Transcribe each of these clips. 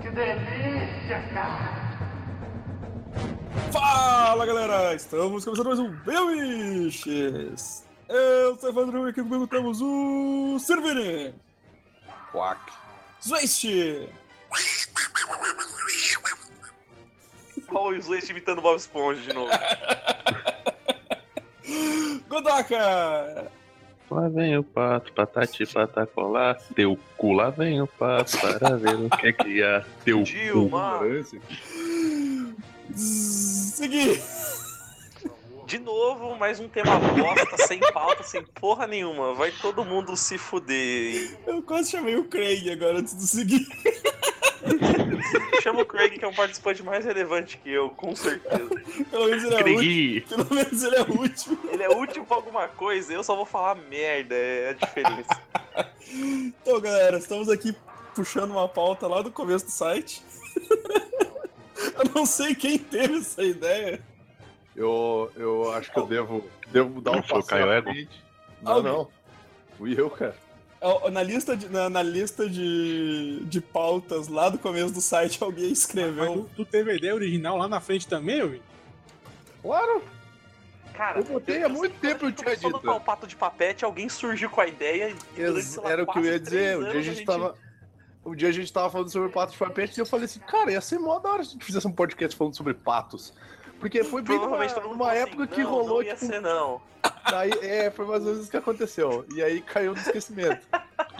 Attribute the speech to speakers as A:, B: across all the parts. A: Que delícia, cara!
B: Fala galera, estamos começando mais um Bewiches! Eu sou o Evandro e aqui comigo temos o Servini,
C: Quack.
B: Zwist,
C: Olha o Slate imitando Bob Esponja de novo.
B: Godaka,
D: Lá vem o pato, patati, patacolá, teu cu. Lá vem o pato, para ver o que é que há, teu
C: Dilma!
B: Segui,
C: De novo, mais um tema bosta, sem pauta, sem porra nenhuma. Vai todo mundo se fuder.
B: eu quase chamei o Craig agora antes do seguir.
C: Chama o Craig, que é um participante mais relevante que eu, com certeza.
B: Pelo menos ele é
D: cu.
B: útil.
D: Gregui.
B: Pelo menos ele é útil.
C: Ele é útil pra alguma coisa, eu só vou falar merda, é a diferença.
B: Então galera, estamos aqui puxando uma pauta lá do começo do site. Eu não sei quem teve essa ideia.
E: Eu, eu acho que eu devo, devo dar
D: Não
E: um
D: sou
E: passo
D: Caio
E: à
D: Ego?
E: frente. Não,
B: Alguém.
E: não. Fui eu, cara.
B: Ó, Na lista, de, na, na lista de, de pautas lá do começo do site, alguém
F: Mas
B: escreveu.
F: tu, tu teve a ideia original lá na frente também, Will?
E: Claro,
C: Cara,
E: eu botei há muito tempo eu tinha
C: Só no
E: dito.
C: palpato de papete, alguém surgiu com a ideia e durante,
E: Ex-
C: sei lá,
E: Era o que eu
C: quase
E: ia
C: três
E: dizer. Um dia a
C: anos
E: gente tava. Um dia a gente tava falando sobre patos de papete e eu falei assim, cara, ia ser mó da hora se a gente fizesse um podcast falando sobre patos. Porque foi bem numa,
C: Provavelmente todo mundo
E: numa
C: falou
E: época
C: assim,
E: que
C: não,
E: rolou,
C: Não ia
E: tipo,
C: ser, não.
E: aí, é, foi mais ou menos isso que aconteceu. E aí caiu no esquecimento.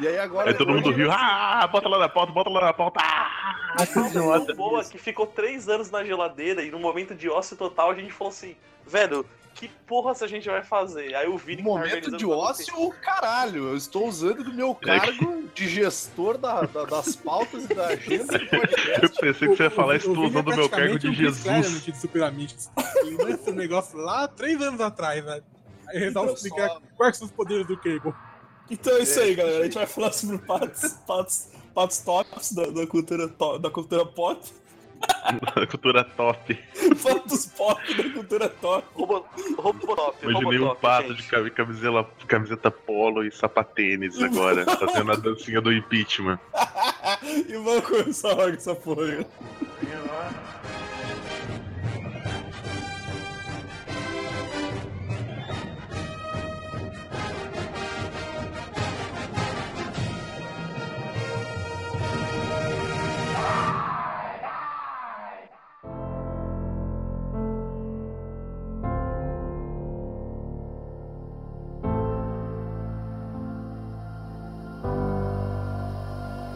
E: E aí agora. um
D: Aí todo mundo
E: hoje-
D: riu, ah, bota lá na pauta, bota lá na pauta, ah,
C: A pauta tão boa que ficou três anos na geladeira e no momento de ócio total a gente falou assim, velho, que porra se a gente vai fazer? Aí o Vini que tá
E: Momento
C: organizando
E: de
C: falou
E: ócio, o caralho. Eu estou usando do meu cargo de gestor da- da- das pautas e da agenda do
D: eu
E: podcast.
D: pensei que você ia falar
F: O- o-
D: isso tô
F: o Vini é
D: usando o meu cargo de
F: praticamente um Chris Clare no
D: Jesus.
F: time de Super Amigos. Ele lança um negócio lá três anos atrás, velho. Aí resolve
E: Então,
F: explicar
E: só-
F: quais são os poderes do Cable.
B: Então é isso aí, galera. A gente vai falar sobre patos, patos, patos tops da, da cultura to- da cultura pop.
D: Cultura top.
B: Patos pop da cultura top.
C: Robo- Robotop,
D: Imaginei um
C: Robotop,
D: pato
C: gente.
D: de cami- camisela, camiseta polo e sapatênis agora, fazendo a dancinha do impeachment.
B: E vamos começar logo essa porra.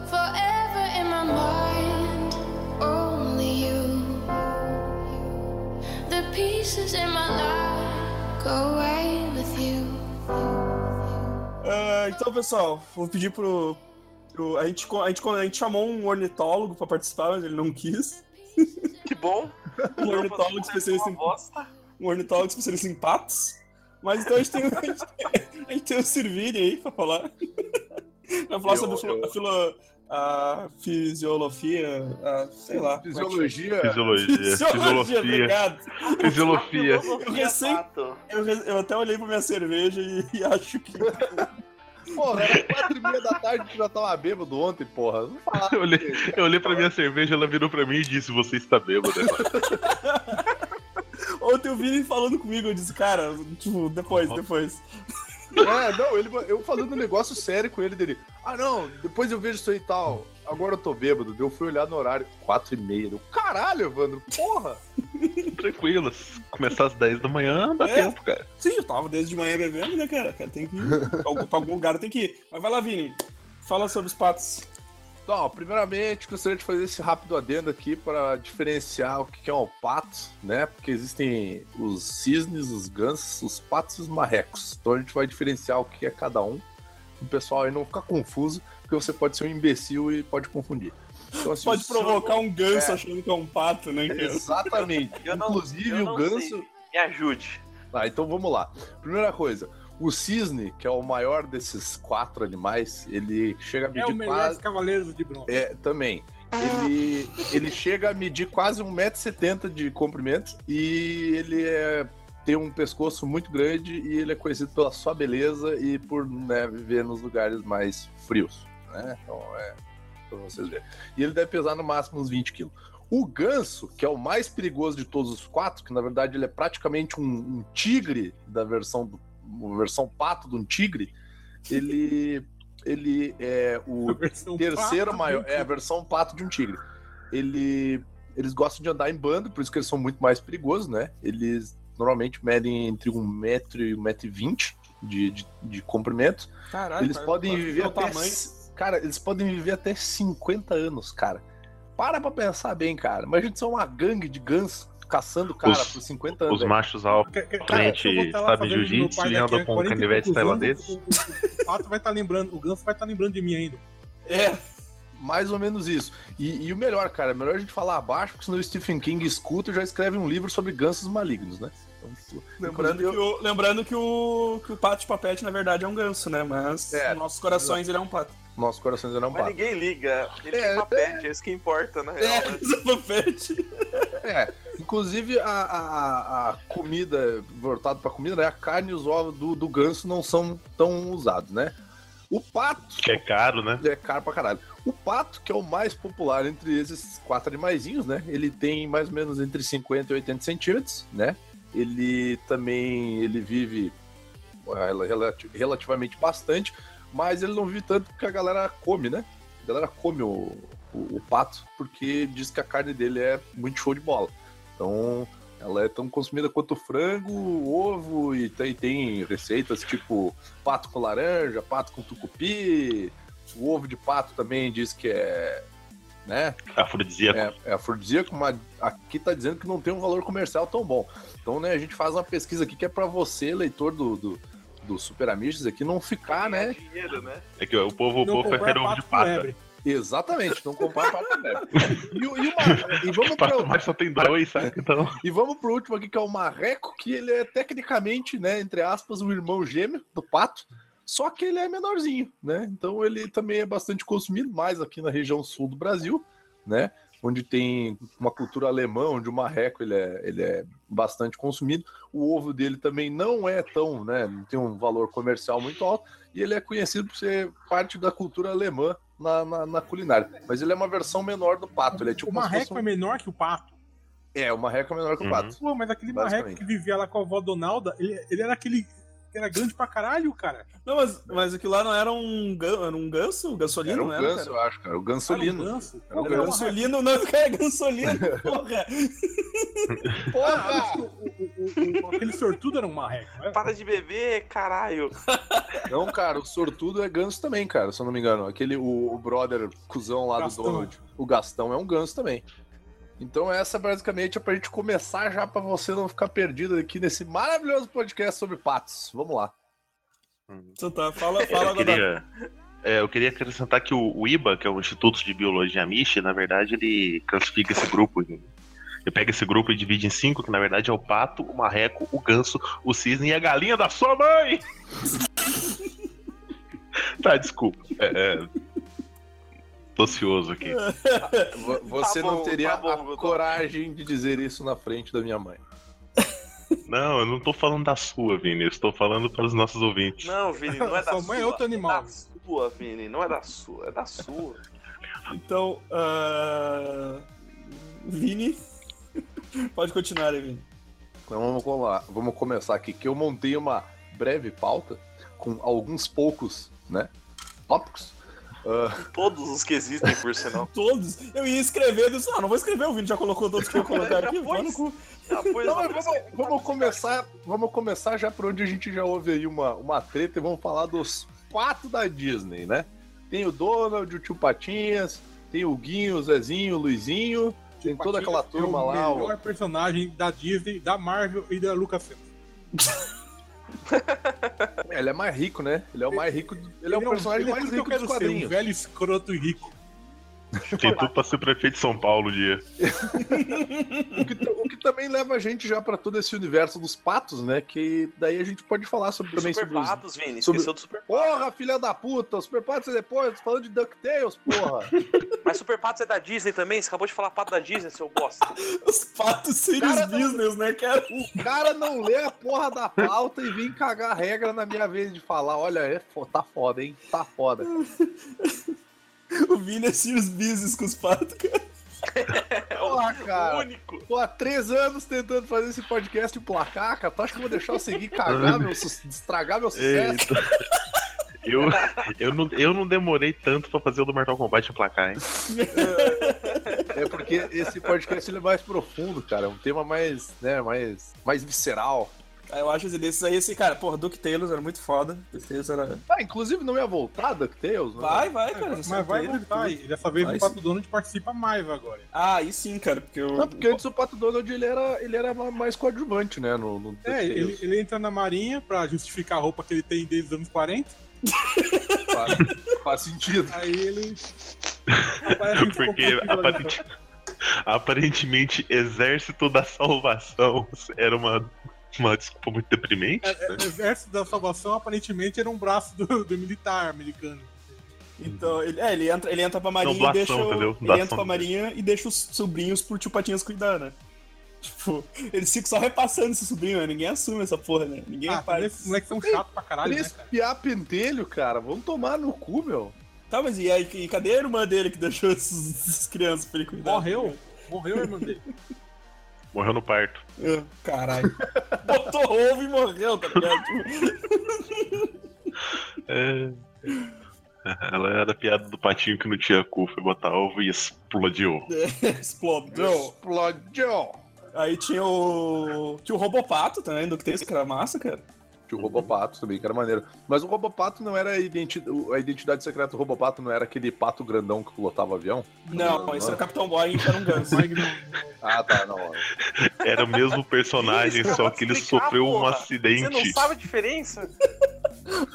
G: Forever in my mind, only you. The pieces in my life go away with you.
B: Ah, então, pessoal, vou pedir pro. pro- a, gente, co- a, gente, co- a gente chamou um ornitólogo pra participar, mas ele não quis.
C: Que bom.
B: Um ornitólogo especialista em
C: Uma bosta.
B: um ornitólogo especialista em patos. Mas então a gente tem, a gente, a gente tem o Sirvini aí pra falar. Vai falar
E: Eu-
B: sobre filo-
E: eu-
B: a, filo, a fisiologia, a, sei lá. como é que chama?
E: Fisiologia.
D: Fisiologia,
B: Fisiologia,
D: fisiologia,
B: obrigado.
D: fisiologia.
C: Filosofia,
B: Eu recém-
C: pato.
B: Eu, re- eu até olhei pra minha cerveja e, e acho que.
E: Porra, era quatro e meia da tarde que já tava bêbado ontem, porra. Não fala.
D: Eu olhei, eu olhei pra minha cerveja, ela virou pra mim e disse: Você está bêbado.
B: Ontem eu vi ele falando comigo, eu disse, cara, tipo, depois,
E: Uhum.
B: depois.
E: É, não, ele, eu falando um negócio sério com ele dele. Ah, não, depois eu vejo isso aí e tal. Agora eu tô bêbado. Eu fui olhar no horário. Quatro e meia. Eu, Caralho, Evandro, porra.
D: Tranquilo, se começar às 10 da manhã, dá
B: É.
D: tempo, cara.
B: Sim, eu tava desde de manhã bebendo, né, cara? cara tem que ir. Pra algum- pra algum lugar tem que ir. Mas vai lá, Vini. Fala sobre os patos.
E: Então, primeiramente, gostaria de fazer esse rápido adendo aqui para diferenciar o que é um pato, né? Porque existem os cisnes, os gansos, os patos e os marrecos. Então a gente vai diferenciar o que é cada um. O pessoal aí não ficar confuso, porque você pode ser um imbecil e pode confundir. Então, assim,
B: Pode
E: o
B: provocar um ganso
E: É.
B: achando que é um pato, né,
E: seu-
B: cara?
E: Exatamente.
C: Eu não-
E: Inclusive,
C: eu não
E: o ganso.
C: sei. Me ajude.
E: Tá, então vamos lá. Primeira coisa, o cisne, que é o maior desses quatro animais, ele chega a
F: É
E: medir
F: o melhor
E: quase.
F: dos Cavaleiros de Bronze.
E: É, também. Ele, ele chega a medir quase 1,70m de comprimento e ele é- tem um pescoço muito grande e ele é conhecido pela sua beleza e por né, viver nos lugares mais frios. Né? Então é pra vocês verem. E ele deve pesar no máximo uns 20 quilos. O ganso, que é o mais perigoso de todos os quatro, que na verdade ele é praticamente um, um tigre da versão do, uma versão pato de um tigre, ele ele é o
F: Versão
E: terceiro
F: pato.
E: maior, é a versão pato de um tigre. Ele eles gostam de andar em bando, por isso que eles são muito mais perigosos, né? Eles normalmente medem entre um metro e um metro e vinte de, de, de comprimento.
F: Caralho,
E: eles
F: cara,
E: podem
F: quase
E: viver
F: meu
E: até
F: tamanho.
E: c- Cara, eles podem viver até 50 anos, cara. Para pra pensar bem, cara. Imagina só uma gangue de gansos caçando cara
D: Os-
E: por 50 anos. é
D: Os machos alfa.
F: Ca- ca-
D: Frente,
F: eu vou estar lá
D: sabe,
F: fazendo
D: jiu-jitsu,
F: meu pai
D: e
F: daqui
D: anda
F: a
D: com um
F: 40 e
D: canivete
F: poucos anos,
D: tailandês.
F: o- o- O Pato vai estar lembrando, o Ganso vai estar lembrando de mim ainda.
B: É,
E: Mais ou menos isso. E, e o melhor, cara, é melhor a gente falar abaixo, porque senão o Stephen King escuta e já escreve um livro sobre gansos malignos, né? Então,
B: lembrando,
E: inclusive,
B: que o, lembrando que o, que o pato de papete, na verdade, é um ganso, eu- né? Mas
E: É.
B: nos nossos corações ele é um pato.
E: Nossos corações eram
C: Mas
E: pato.
C: ninguém liga. Ele
E: É,
C: tem papete, é isso que importa, na
E: um
C: real. né?
B: É, papete.
E: É, inclusive a, a, a comida, voltado pra comida, né? A carne e os ovos do, do ganso não são tão usados, né? O pato
D: Que é caro, né?
E: é caro pra caralho. O pato, que é o mais popular entre esses quatro animaizinhos, né? Ele tem mais ou menos entre 50 e 80 centímetros, né? Ele também ele vive ah, rela- relati- relativamente bastante, mas ele não vive tanto porque a galera come, né? A galera come o, o, o pato porque diz que a carne dele é muito show de bola. Então, ela é tão consumida quanto frango, ovo e tem, tem receitas tipo pato com laranja, pato com tucupi, o ovo de pato também diz que é, né,
D: Afrodisíaco.
E: é, é afrodisíaco, mas aqui tá dizendo que não tem um valor comercial tão bom. Então, né, a gente faz uma pesquisa aqui que é pra você, leitor do, do, do Super Amistos aqui, não ficar, né?
C: Dinheiro, né?
D: É que ó, o povo, o
F: Não
D: povo prefere
F: comprar
D: ovo de
F: pato com
D: pata.
F: lebre.
E: Exatamente, não comprar pato com lebre. E, o- e uma- e vamos pra,
D: Pato mais só tem dois, sabe? Então,
E: E vamos pro último aqui, que é o Marreco, que ele é tecnicamente, né, entre aspas, o irmão gêmeo do pato, só que ele é menorzinho, né? Então ele também é bastante consumido mais aqui na região sul do Brasil, né? Onde tem uma cultura alemã, onde o marreco ele é, ele é bastante consumido. O ovo dele também não é tão, né? Não tem um valor comercial muito alto. E ele é conhecido por ser parte da cultura alemã na, na, na culinária. Mas ele é uma versão menor do pato. Ele é tipo
F: o
E: como se
F: marreco
E: fosse um-
F: é menor que o pato.
E: É, o marreco é menor que o
D: Uhum.
E: pato.
F: Pô, mas aquele
E: Basicamente.
F: marreco que vivia lá com a avó Donalda, ele, ele era aquele. Era grande pra caralho, cara.
B: Não, mas, mas aquilo lá não era um, gan- era um ganso? Um gansolino,
E: Era o
B: não era,
E: ganso, eu acho, cara. O gansolino.
F: Era um ganso.
E: Era um
F: Pô,
B: cara?
E: ganso.
F: marreco.
B: Gansolino, não, cara, gansolino, porra.
E: Porra!
F: O- o- o- o- Aquele sortudo era um marreco. né?
C: Para de beber, caralho.
E: Não, um cara, o sortudo é ganso também, cara, se eu não me engano. Aquele, o, o brother cuzão lá
F: Gastão.
E: do Donald, o Gastão, é um ganso também. Então essa basicamente é pra gente começar já pra você não ficar perdido aqui nesse maravilhoso podcast sobre patos. Vamos lá.
B: Então tá, fala, fala
D: eu
B: da
D: queria, é, eu queria acrescentar que o, o IBA, que é o Instituto de Biologia Amish, na verdade, ele classifica esse grupo. em- Ele pega esse grupo e divide em cinco, que na verdade é o pato, o marreco, o ganso, o cisne e a galinha da sua mãe! tá, desculpa. É, é, tô ocioso aqui.
E: Vo- Você
C: bom,
E: não teria
C: tá bom,
E: a
C: Godot.
E: coragem de dizer isso na frente da minha mãe.
D: Não, eu não tô falando da sua, Vini. Eu estou falando para os nossos ouvintes.
C: Não, Vini, não é da Tá.
F: Sua
C: sua.
F: mãe é outro animal.
C: da sua, Vini. Não é da sua, é da sua.
B: Então, ah, Vini, pode continuar, aí, Vini.
E: Então vamos lá, vamos começar aqui, que eu montei uma breve pauta com alguns poucos, né, tópicos. Ah,
C: Todos os que existem, por sinal.
B: Todos, eu ia escrever, eu disse, ah, não vou escrever, o Vini já colocou todos que eu ia colocar aqui, vai no cu.
C: Ah, pois
E: Não,
C: não,
E: mas vamos, vamos começar, vamos começar já por onde a gente já houve aí uma, uma treta e vamos falar dos quatro da Disney, né? Tem o Donald, o Tio Patinhas, tem o Guinho, o Zezinho, o Luizinho, tem toda aquela
F: Patinhas
E: turma
F: Tipo, é o
E: lá.
F: melhor
E: ó.
F: personagem da Disney, da Marvel e da Lucasfilm.
E: Ele é mais rico, né? Ele é o mais rico, do- ele é o
F: Ele é um-
E: personagem
F: ele é
E: mais
F: tudo que eu
E: rico dos
F: quero ser, Um
E: quadrinhos.
F: velho escroto e rico.
C: tipo,
D: Tem tudo pra ser prefeito de São Paulo, dia.
E: O que, o que também leva a gente já pra todo esse universo dos patos, né? Que daí a gente pode falar sobre, também
C: Super
E: sobre os...
C: Patos, Vini.
E: sobre-
C: Esqueceu do Super
E: Porra, filha da puta, os Super Patos é depois, falando de DuckTales, porra.
C: Mas Super Patos é da Disney também? Você acabou de falar Pato da Disney, seu bosta.
B: Os patos serious
E: Cara, não-
B: business, né, cara?
E: O cara não lê a porra da pauta e vem cagar a regra na minha vez de falar. Olha, é fo- tá foda, hein? Tá foda.
B: O Vini assim os bises com os patos, cara.
C: É o
E: Ah, cara.
C: único.
E: Tô há três anos tentando fazer esse podcast de placar, cara. Tu acha que eu vou deixar eu seguir cagar, meu, su- estragar meu sucesso?
D: Eita. Eu, eu, não, eu não demorei tanto pra fazer o do Mortal Kombat no placar, hein?
E: É porque esse podcast ele é mais profundo, cara. É um tema mais, né, mais, mais visceral.
B: Aí eu acho assim, desses aí, assim, cara, porra, Duke Taylors era muito foda. Duke Taylors era.
E: Ah, inclusive não ia voltar DuckTales, né?
B: Vai, vai, cara.
F: Mas
B: solta
F: vai
B: ele,
F: voltar
B: tudo.
F: aí. Dessa vez
B: Vai
F: o Pato Donald participa mais agora.
B: Ah, aí sim, cara, porque eu.
E: Não, porque antes o Pato Donald ele era, ele era ma- mais coadjuvante, né? No, no
F: É,
E: DuckTales.
F: ele, ele entra na marinha pra justificar a roupa que ele tem desde os anos 40.
E: Faz, faz sentido.
F: Aí ele. aparece um
D: Porque
F: desconfortável ali,
D: aparente- aparentemente Exército da Salvação era uma, uma desculpa muito deprimente.
C: É,
D: né?
F: então. O exército da salvação aparentemente era um braço do, do militar americano.
B: Então, ele, é, ele entra, ele entra pra marinha
D: Não, doação,
B: e deixa. o-
D: entendeu?
B: Ele
D: Doação.
B: entra pra marinha e deixa os sobrinhos pro tio Patinhas cuidar, né? Tipo, eles ficam só repassando esse sobrinho, né? Ninguém assume essa porra, né? Ninguém
F: Ah,
B: faz.
F: esses moleques são chatos pra caralho, né,
E: Eles
F: cara?
E: piar pentelho, cara. Vamos tomar no cu, meu.
B: Tá, mas e aí, e cadê a irmã dele que deixou esses, essas crianças pra ele cuidar?
F: Morreu? Morreu a irmã dele.
D: Morreu no parto.
B: Ah, Caralho. Botou ovo e morreu, tá ligado? Tipo,
D: É. Ela era a piada do patinho que não tinha cu, foi botar ovo e explodiu.
B: Explodiu.
E: Explodiu.
B: Aí tinha o. Tinha o Robopato também, do que tem esse cara massa, cara.
E: Tinha o Robopato também, que era maneiro. Mas o Robopato não era a identidade. A identidade secreta do Robopato não era aquele pato grandão que pilotava avião?
B: Não, esse era o Capitão Boeing que era um ganso.
E: Ah, tá, não.
D: Era o mesmo personagem,
C: Isso,
D: só
C: pode
D: que ele
C: explicar,
D: sofreu um
C: porra. Você não
D: acidente.
C: sabe a diferença?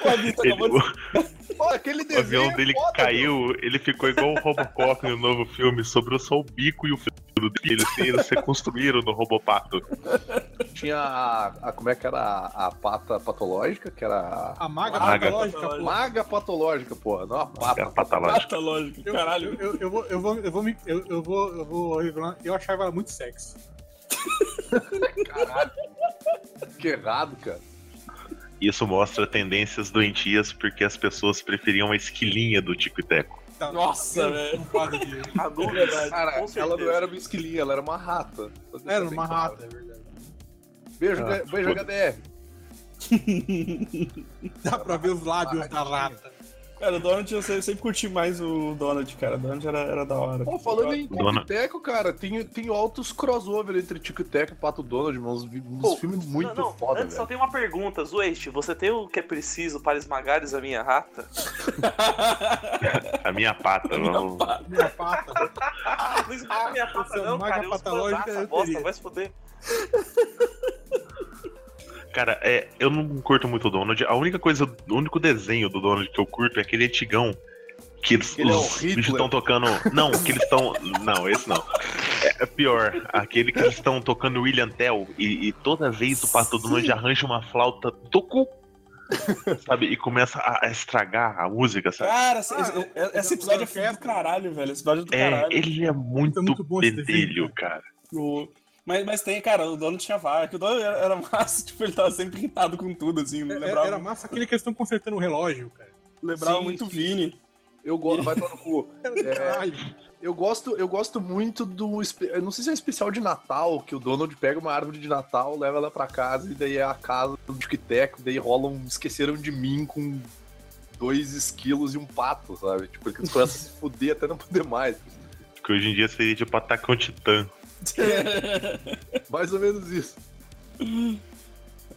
B: O Avito
D: Ele-
B: acabou de
D: o,
E: Pô, aquele
D: o avião
E: é
D: dele
E: foda,
D: caiu, ele ficou igual o Robocop no novo filme, sobrou só o bico e o filho dele, assim, eles se construíram no Robopato.
E: meu. Tinha a, a- Como é que era a, a pata patológica? Que era. A
F: A maga
D: Maga.
F: patológica, pô.
E: maga patológica, porra. Não a
D: É
E: pata.
D: a patalagem.
B: pata, Ah, tá lógico.
F: Eu,
B: Caralho.
F: Eu, eu vou, eu vou, eu vou, me- eu, eu vou, eu vou revelar. Eu achava ela muito sexy.
E: Caralho.
D: É.
E: Que errado, cara.
D: Isso mostra tendências doentias porque as pessoas preferiam a esquilinha do Tico e Teco.
F: Tá,
B: Nossa,
F: eu-
B: velho.
F: um quadro de-
C: A dúvida,
B: verdade.
E: Cara,
C: Ah, com certeza.
E: É ela não era uma esquilinha, ela era uma rata. Vou deixar
F: Era
E: bem
F: uma
E: claro.
F: rata, é verdade.
E: Beijo,
D: Ah,
E: beijo
D: foda-se.
E: HDR.
F: Dá pra ver os lábios da rata.
B: Cara, o Donald, eu sempre, sempre curti mais o Donald, cara. O Donald era, era da hora.
E: Pô, falando em
D: Dona-
E: Tico-Teco, cara, tem, tem altos crossover entre Tico-Teco e Pato Donald, mano. Uns, vi- uns
C: Pô,
E: filmes muito
C: não, não.
E: foda,
C: Antes só tem
E: velho.
C: uma pergunta, Zueste. Você tem o que é preciso para esmagares a minha rata?
D: A minha pata, vamos.
F: Minha pata.
E: Ah,
C: Não esmaga minha pata,
F: essa
C: não,
F: maga
C: cara. Eu uso
F: patológica
C: essa
F: eu
C: bosta,
F: teria.
C: vai se foder.
D: Cara, é, eu não curto muito o Donald. A única coisa, o único desenho do Donald que eu curto é aquele antigão. Que eles,
E: Ele é o
D: os
E: Hitler.
D: bichos estão tocando. Não, que eles estão. Não, esse não. É, é pior. Aquele que eles estão tocando William Tell e, e toda vez o Pato Donald arranja uma flauta do cu. Sabe? E começa a, a estragar a música, sabe?
B: Cara, esse,
F: Ah,
B: esse-
F: eu-
B: esse- esse
F: eu-
B: episódio é
F: eu-
B: foda do caralho, velho. Esse episódio é do
D: É,
B: caralho.
D: ele é muito,
F: É muito bom esse desenho,
D: bedelho, cara.
B: O- tipo, Mas, mas tem, cara, o Donald tinha vaga. que O Donald era, era massa, tipo, ele tava sempre irritado com tudo, assim.
F: É-
B: Lembrava,
F: Era massa aquele que eles estão consertando o relógio, cara.
B: lembrava
E: Sim,
B: muito o
E: sim.
B: Vini.
E: Eu gosto, vai tomar no cu. É,
F: Caralho.
E: eu, gosto, eu gosto muito do. espe- Eu não sei se é especial de Natal, que o Donald pega uma árvore de Natal, leva ela pra casa, e daí é a casa do Tico-Teco, daí rola um Esqueceram de Mim com dois esquilos e um pato, sabe? Tipo, eles começam a se fuder até não poder mais.
D: Que hoje em dia seria tipo atacar o Titã.
E: Mais ou menos isso.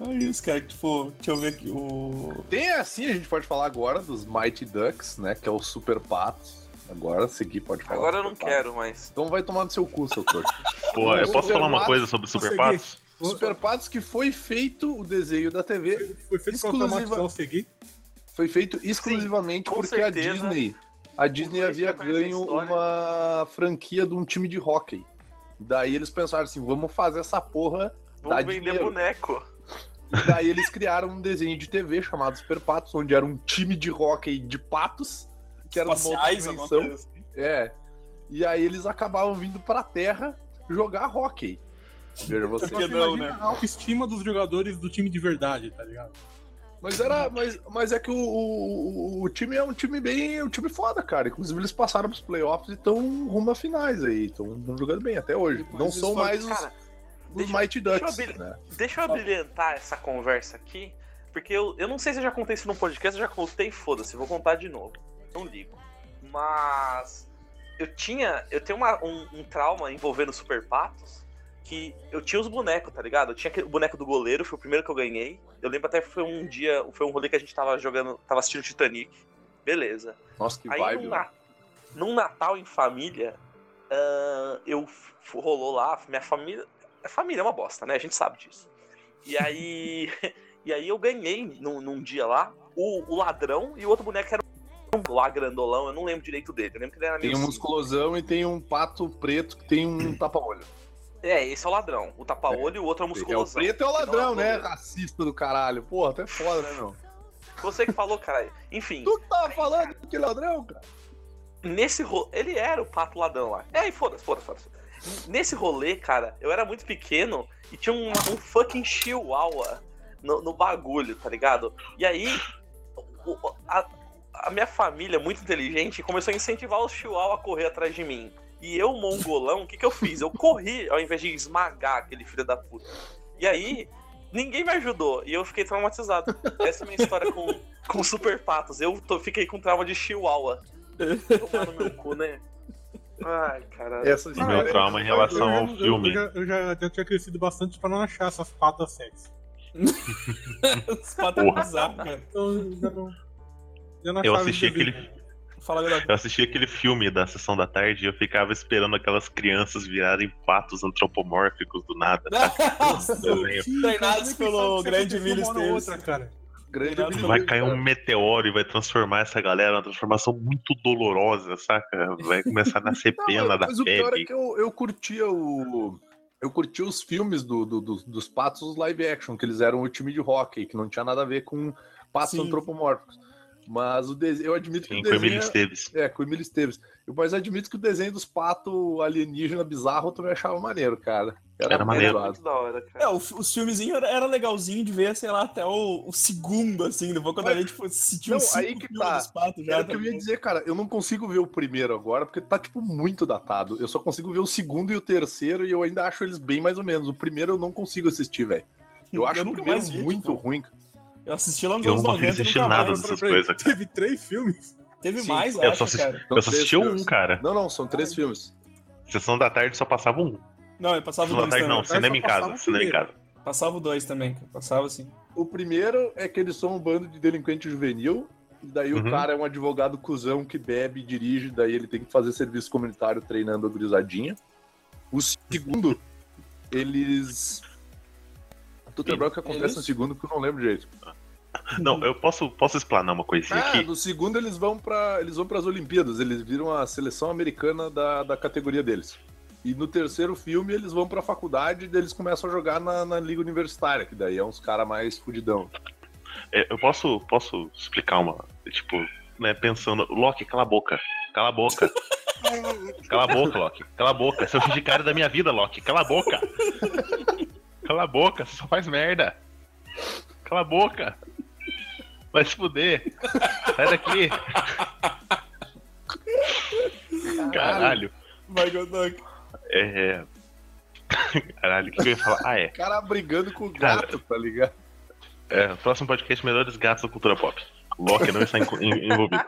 B: É isso, cara, que, tipo, deixa eu ver aqui. O...
E: Tem assim, a gente pode falar agora dos Mighty Ducks, né? Que é o Super Patos. Agora, seguir, pode falar.
C: Agora eu
E: Super
C: não
E: Patos.
C: quero mais.
E: Então vai tomar no seu cu, seu trouxa.
D: Pô, eu posso
E: Super
D: falar uma
E: Matos,
D: coisa sobre Super
F: consegui.
D: Patos?
E: Super Patos que foi feito o desenho da TV,
F: Foi feito pra
E: Exclusiva.
F: automatizar o seguir.
E: foi feito exclusivamente
C: com
E: porque a
C: certeza.
E: Disney, a Disney
C: Por
E: havia
C: isso que aparece a
E: ganho
C: história.
E: uma franquia de um time de hóquei. Daí eles pensaram assim, vamos fazer essa porra.
C: Vamos
E: Dá
C: vender
E: dinheiro.
C: boneco.
E: E Daí eles criaram um desenho de TV chamado Super Patos, onde era um time de hóquei de patos, que era uma outra
B: Espaciais, alguma
E: dimensão.
B: coisa assim.
E: É. E aí eles acabavam vindo pra terra jogar hockey. Veja você.
B: Por que não, né?
F: A autoestima dos jogadores do time de verdade, tá ligado?
E: Mas era. Mas, mas é que o, o, o- o time é um time bem. é Um time foda, cara. Inclusive, eles passaram pros playoffs e estão rumo a finais aí. Estão jogando bem até hoje.
F: Depois
E: Não
F: eles
E: são
F: foram-
E: mais os,
C: Cara,
E: os
C: deixa-
E: Mighty
C: deixa eu
E: Ducks.
C: abrir-
E: né?
C: Deixa eu abrilhantar essa conversa aqui, porque eu, eu não sei se eu já contei isso no podcast, eu já contei, foda-se, vou contar de novo. Não ligo. Mas eu tinha. Eu tenho uma- um, um trauma envolvendo Super Patos que eu tinha os bonecos, tá ligado? Eu tinha aquele- o boneco do goleiro, foi o primeiro que eu ganhei. Eu lembro até que foi um dia, foi um rolê que a gente tava jogando, tava assistindo Titanic. Beleza.
E: Nossa, que
C: Aí
E: vibe.
C: num,
E: né?
C: na- num Natal em família, ah, eu f- rolou lá, minha família. A família é uma bosta, né? A gente sabe disso. E aí. e aí eu ganhei num, num dia lá o, o ladrão e o outro boneco era um lá grandolão, eu não lembro direito dele. Eu lembro que ele era meio.
E: Tem um
C: cinza.
E: musculosão e tem um pato preto que tem um tapa-olho.
C: É, esse é o ladrão. O tapa-olho e o outro é o
E: É o
C: musculosão.
E: preto é o ladrão,
C: Não,
E: né?
C: não.
E: Racista do caralho. Porra, até foda, né, meu?
C: Você que falou, caralho. Enfim.
E: Tu que tava falando que ladrão, cara?
C: nesse rolê. Ele era o pato ladrão lá. É, e foda-se, foda-se, foda-se. Nesse rolê, cara, eu era muito pequeno e tinha um, um fucking chihuahua no, no bagulho, tá ligado? E aí, o- o- a, a minha família, muito inteligente, começou a incentivar o chihuahua a correr atrás de mim. E eu, mongolão, o que que eu fiz? Eu corri ao invés de esmagar aquele filho da puta. E aí, ninguém me ajudou e eu fiquei traumatizado. Essa é a minha história com, com super patos. Eu tô- fiquei com trauma de chihuahua. Tomar no meu cu, né? Ai, cara.
E: Essa
D: O meu
E: história.
D: trauma em relação ao filme.
F: Eu, já, eu, já, eu tinha crescido bastante pra não achar essas patas sexy.
B: Os patas
D: Porra.
B: bizarros, cara.
F: Então, eu já não. Eu, não
D: Eu
F: achava
D: assisti
F: isso de
D: aquele
F: vida.
B: Fala a verdade.
D: Eu assisti aquele filme da Sessão da Tarde e eu ficava esperando aquelas crianças virarem patos antropomórficos do nada. Desenho.
B: treinados
F: Eu nem
B: pelo
F: pensava é que
B: grande
F: isso
B: Emílio
F: acontecia uma hora ou
B: Esteves.
F: outra, cara.
E: é Grande
B: Vai
D: Vai cair um meteoro e vai transformar essa galera numa transformação muito dolorosa, saca? Vai começar a nascer
E: Não,
D: pena da
E: mas o pior é
D: pele.
E: que eu, eu curtia o. Eu curtia os filmes do, do- do- dos patos os live action, que eles eram o time de hockey, que não tinha nada a ver com patos
B: Sim.
E: antropomórficos. Mas o desenho. Eu admito
D: Sim, com
E: que o
D: o
E: desenho.
D: Emílio Esteves.
E: É, com o Emílio Esteves. Eu- Mas admito que o desenho dos patos alienígena bizarro eu também achava maneiro, cara.
D: Era
E: muito
D: maneiro.
E: zoado.
C: muito da hora, cara.
B: É, o, fi- os filmezinhos era, era legalzinho de ver, sei lá, até o, o segundo, assim, depois quando a gente tipo, assistiu
E: Não,
B: os
E: aí
B: cinco
E: que
B: filmes
E: tá.
B: dos patos já.
E: Era o que eu ia
B: também.
E: dizer, cara. Eu não consigo ver o primeiro agora, porque tá, tipo, muito datado. Eu só consigo ver o segundo e o terceiro, e eu ainda acho eles bem mais ou menos. O primeiro eu não consigo assistir, velho. Eu acho o
B: nunca
E: primeiro
B: mais vi,
E: muito
B: tipo,
E: ruim. cara.
B: Eu assisti lá nos
D: Eu
B: anos
D: nunca
B: 90 e
D: assisti
B: nunca
D: nada
B: mais.
D: dessas coisas, cara.
F: Teve três filmes.
B: Teve
E: Sim.
B: mais,
D: Eu
B: acho,
D: só assisti-
B: cara.
D: Eu só assisti
E: São
D: um,
E: três filmes.
D: cara.
E: Não, não, são três filmes.
D: Sessão da Tarde só passava um.
B: Não, eu passava o
D: Sessão da
B: dois
D: Tarde
B: também.
D: não, cinema em
F: passava
D: casa.
F: o
D: Cinema em casa.
B: Passava o dois também, cara. Passava assim.
E: O primeiro é que eles são um bando de delinquente juvenil, e daí
D: Uhum.
E: o cara é um advogado cuzão que bebe e dirige, daí ele tem que fazer serviço comunitário treinando a gurizadinha. O segundo, eles. Tu lembrando o que acontece no
B: Eles-
E: segundo, porque eu não lembro direito.
D: Não, eu posso, posso explanar uma coisinha
E: Ah,
D: aqui.
E: no segundo eles vão para eles vão para as Olimpíadas, eles viram a seleção americana da, da categoria deles. E no terceiro filme eles vão para a faculdade e eles começam a jogar na, na liga universitária, que daí é uns cara mais fudidão.
D: É, Eu posso, posso explicar uma. Tipo, né, pensando. Loki, cala a boca. Cala a boca. cala a boca, Loki. Cala a boca. Seu judicário da minha vida, Loki. Cala a boca. Cala a boca, você só faz merda. Cala a boca. Vai se fuder. Sai daqui. Caralho.
B: Vai, Godok.
D: É. Caralho, o que que eu ia falar? Ah, é.
E: Cara brigando com o gato, tá ligado?
D: é próximo podcast Melhores Gatos da Cultura Pop. Loki não está enco- en- envolvido.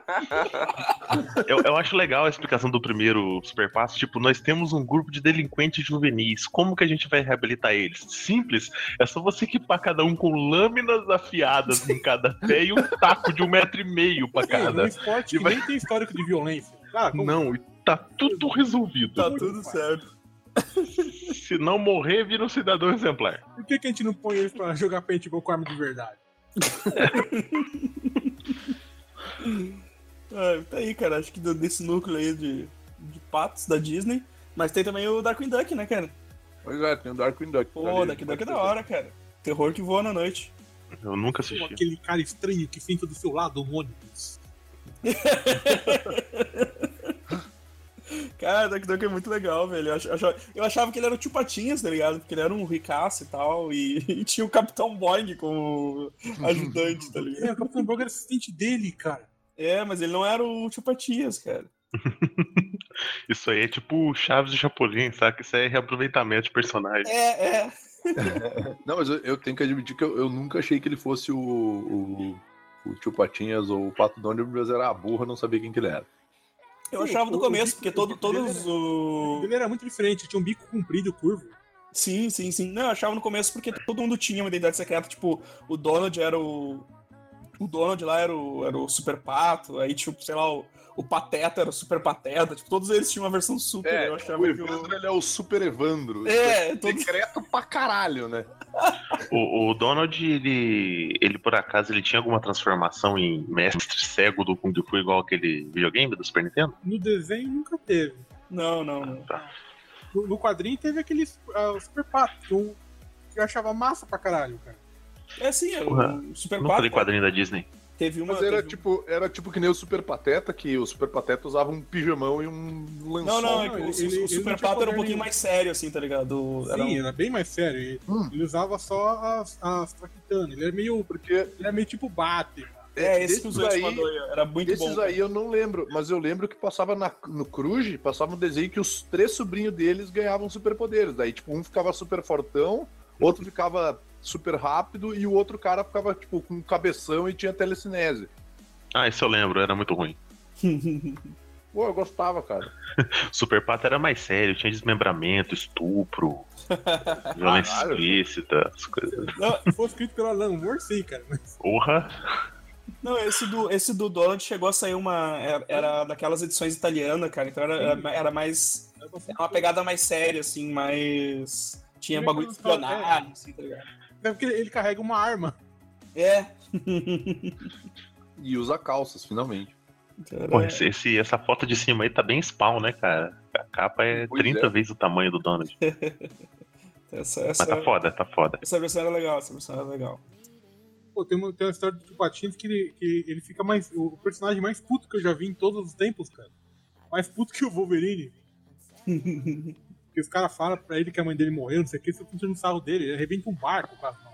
D: Eu, eu acho legal a explicação do primeiro superpasso. Tipo, nós temos um grupo de delinquentes juvenis. Como que a gente vai reabilitar eles? Simples. É só você equipar cada um com lâminas afiadas em cada pé e um taco de um metro e meio pra
F: Cara, um
D: cada.
F: esporte
D: E
F: que
D: vai-
F: nem tem histórico de violência. Ah, como
D: Não, e tá tudo resolvido.
B: Tá tudo certo.
D: Se não morrer, vira um cidadão exemplar.
F: Por que, que a gente não põe eles pra jogar paintball com arma de verdade?
B: Ah, tá aí, cara. Acho que do- desse núcleo aí de, de patos da Disney. Mas tem também o Darkwing Duck, né, cara?
E: Pois é, tem o Darkwing Duck.
B: Pô, Darkwing Duck é da hora, cara. Terror que voa na noite.
D: Eu nunca
F: Ou
D: assisti.
F: aquele cara estranho que senta do seu lado, um ônibus.
B: Cara, Duck Duck é muito legal, velho. Eu ach- eu achava, eu achava que ele era o tio Patinhas, tá ligado? Porque ele era um ricaço e tal, e, e tinha o Capitão Boing como ajudante, tá ligado?
F: É, o Capitão Burger era assistente dele, cara.
B: É, mas ele não era o tio Patinhas, cara.
D: Isso aí é tipo Chaves e Chapolin, saca? Isso aí é reaproveitamento de personagem.
B: É, é.
E: Não, mas eu, eu tenho que admitir que eu, eu nunca achei que ele fosse o, o, o Tio Patinhas ou o Pato Donald, mas era a burra, não sabia quem que ele era.
B: Eu
F: Pô,
B: achava no
F: o-
B: começo,
F: o-
B: porque todo,
F: o-
B: todos o.
F: Ele era muito diferente, tinha um bico comprido, curvo.
B: Sim, sim, sim. Não, eu achava no começo porque todo mundo tinha uma identidade secreta. Tipo, o Donald era o. O Donald lá era o, era o Super Pato, aí, tipo, sei lá, o, o Pateta era o Super Pateta. Tipo, todos eles tinham uma versão super. eu achava
E: o
B: que
E: Evandro,
B: o.
E: ele é o Super Evandro.
B: um- É, todos.
E: Secreto pra caralho, né?
D: O, o Donald, ele, ele por acaso, ele tinha alguma transformação em mestre cego do Kung Fu igual aquele videogame do Super Nintendo?
F: No desenho nunca teve.
B: Não, não,
D: Ah,
B: não.
D: tá.
F: No, no quadrinho teve aquele ah, super pato, que eu, que eu achava massa pra caralho, cara.
B: É sim, é
D: Porra,
B: o Super
D: Nunca li
B: Pato.
D: quadrinho da Disney.
B: Teve uma.
E: Mas era
B: teve- um
E: tipo, era tipo que nem o Super Pateta, que o Super Pateta usava um pijamão e um
B: Não,
E: lençol.
B: não, é
F: não,
B: que o,
F: ele- ele-
B: o
F: ele não
B: Super
F: tinha
B: Pato era um
F: poder
B: pouquinho
F: nenhum.
B: mais sério, assim, tá ligado? Era
F: Sim,
B: um-
F: era bem mais sério. Ele,
E: Hum.
F: ele usava só as, as traquitanas. Ele era meio.
E: Porque
F: Ele era meio tipo Batman.
B: É, esse que
E: desses
B: os dois
E: aí-
B: mandou aí, ó, era muito
E: Desses
B: bom.
E: aí eu não lembro, mas eu lembro que passava na- no Cruz, passava um desenho que os três sobrinhos deles ganhavam superpoderes. Daí, tipo, um ficava super fortão, outro ficava super rápido e o outro cara ficava, tipo, com cabeção e tinha telecinese.
D: Ah, isso eu lembro, era muito ruim.
E: Pô, eu gostava, cara.
D: Super Pato era mais sério, tinha desmembramento, estupro, violência
E: Caralho.
D: explícita, essas coisas.
F: Não, se fosse escrito pelo Alan Moore, sim, cara. Mas
D: Porra!
B: Não, esse do, esse do Donald chegou a sair uma. Era, era daquelas edições italianas, cara. Então era, era, era mais.
F: era
B: Era
F: bastante-
B: uma pegada mais séria, assim, mais. Tinha bagulho de espionagem, assim, tá ligado?
F: É porque ele carrega uma arma.
B: É.
E: E usa calças, finalmente. É.
D: Pô,
B: Cara,
D: esse, esse- essa foto de cima aí tá bem spawn, né, cara? A capa é
E: Pois
D: 30
E: é.
D: vezes o tamanho do Donald.
B: essa,
D: Mas tá
B: essa,
D: foda, tá foda.
B: essa versão era legal, essa versão era legal.
F: Pô, tem uma, tem uma história do Tupatins que, ele, que ele fica mais. O personagem mais puto que eu já vi em todos os tempos, cara. Mais puto que o Wolverine. Porque os caras falam pra ele que a mãe dele morreu, não sei o que, você puxa no sarro dele, ele arrebenta um barco, cara. Não.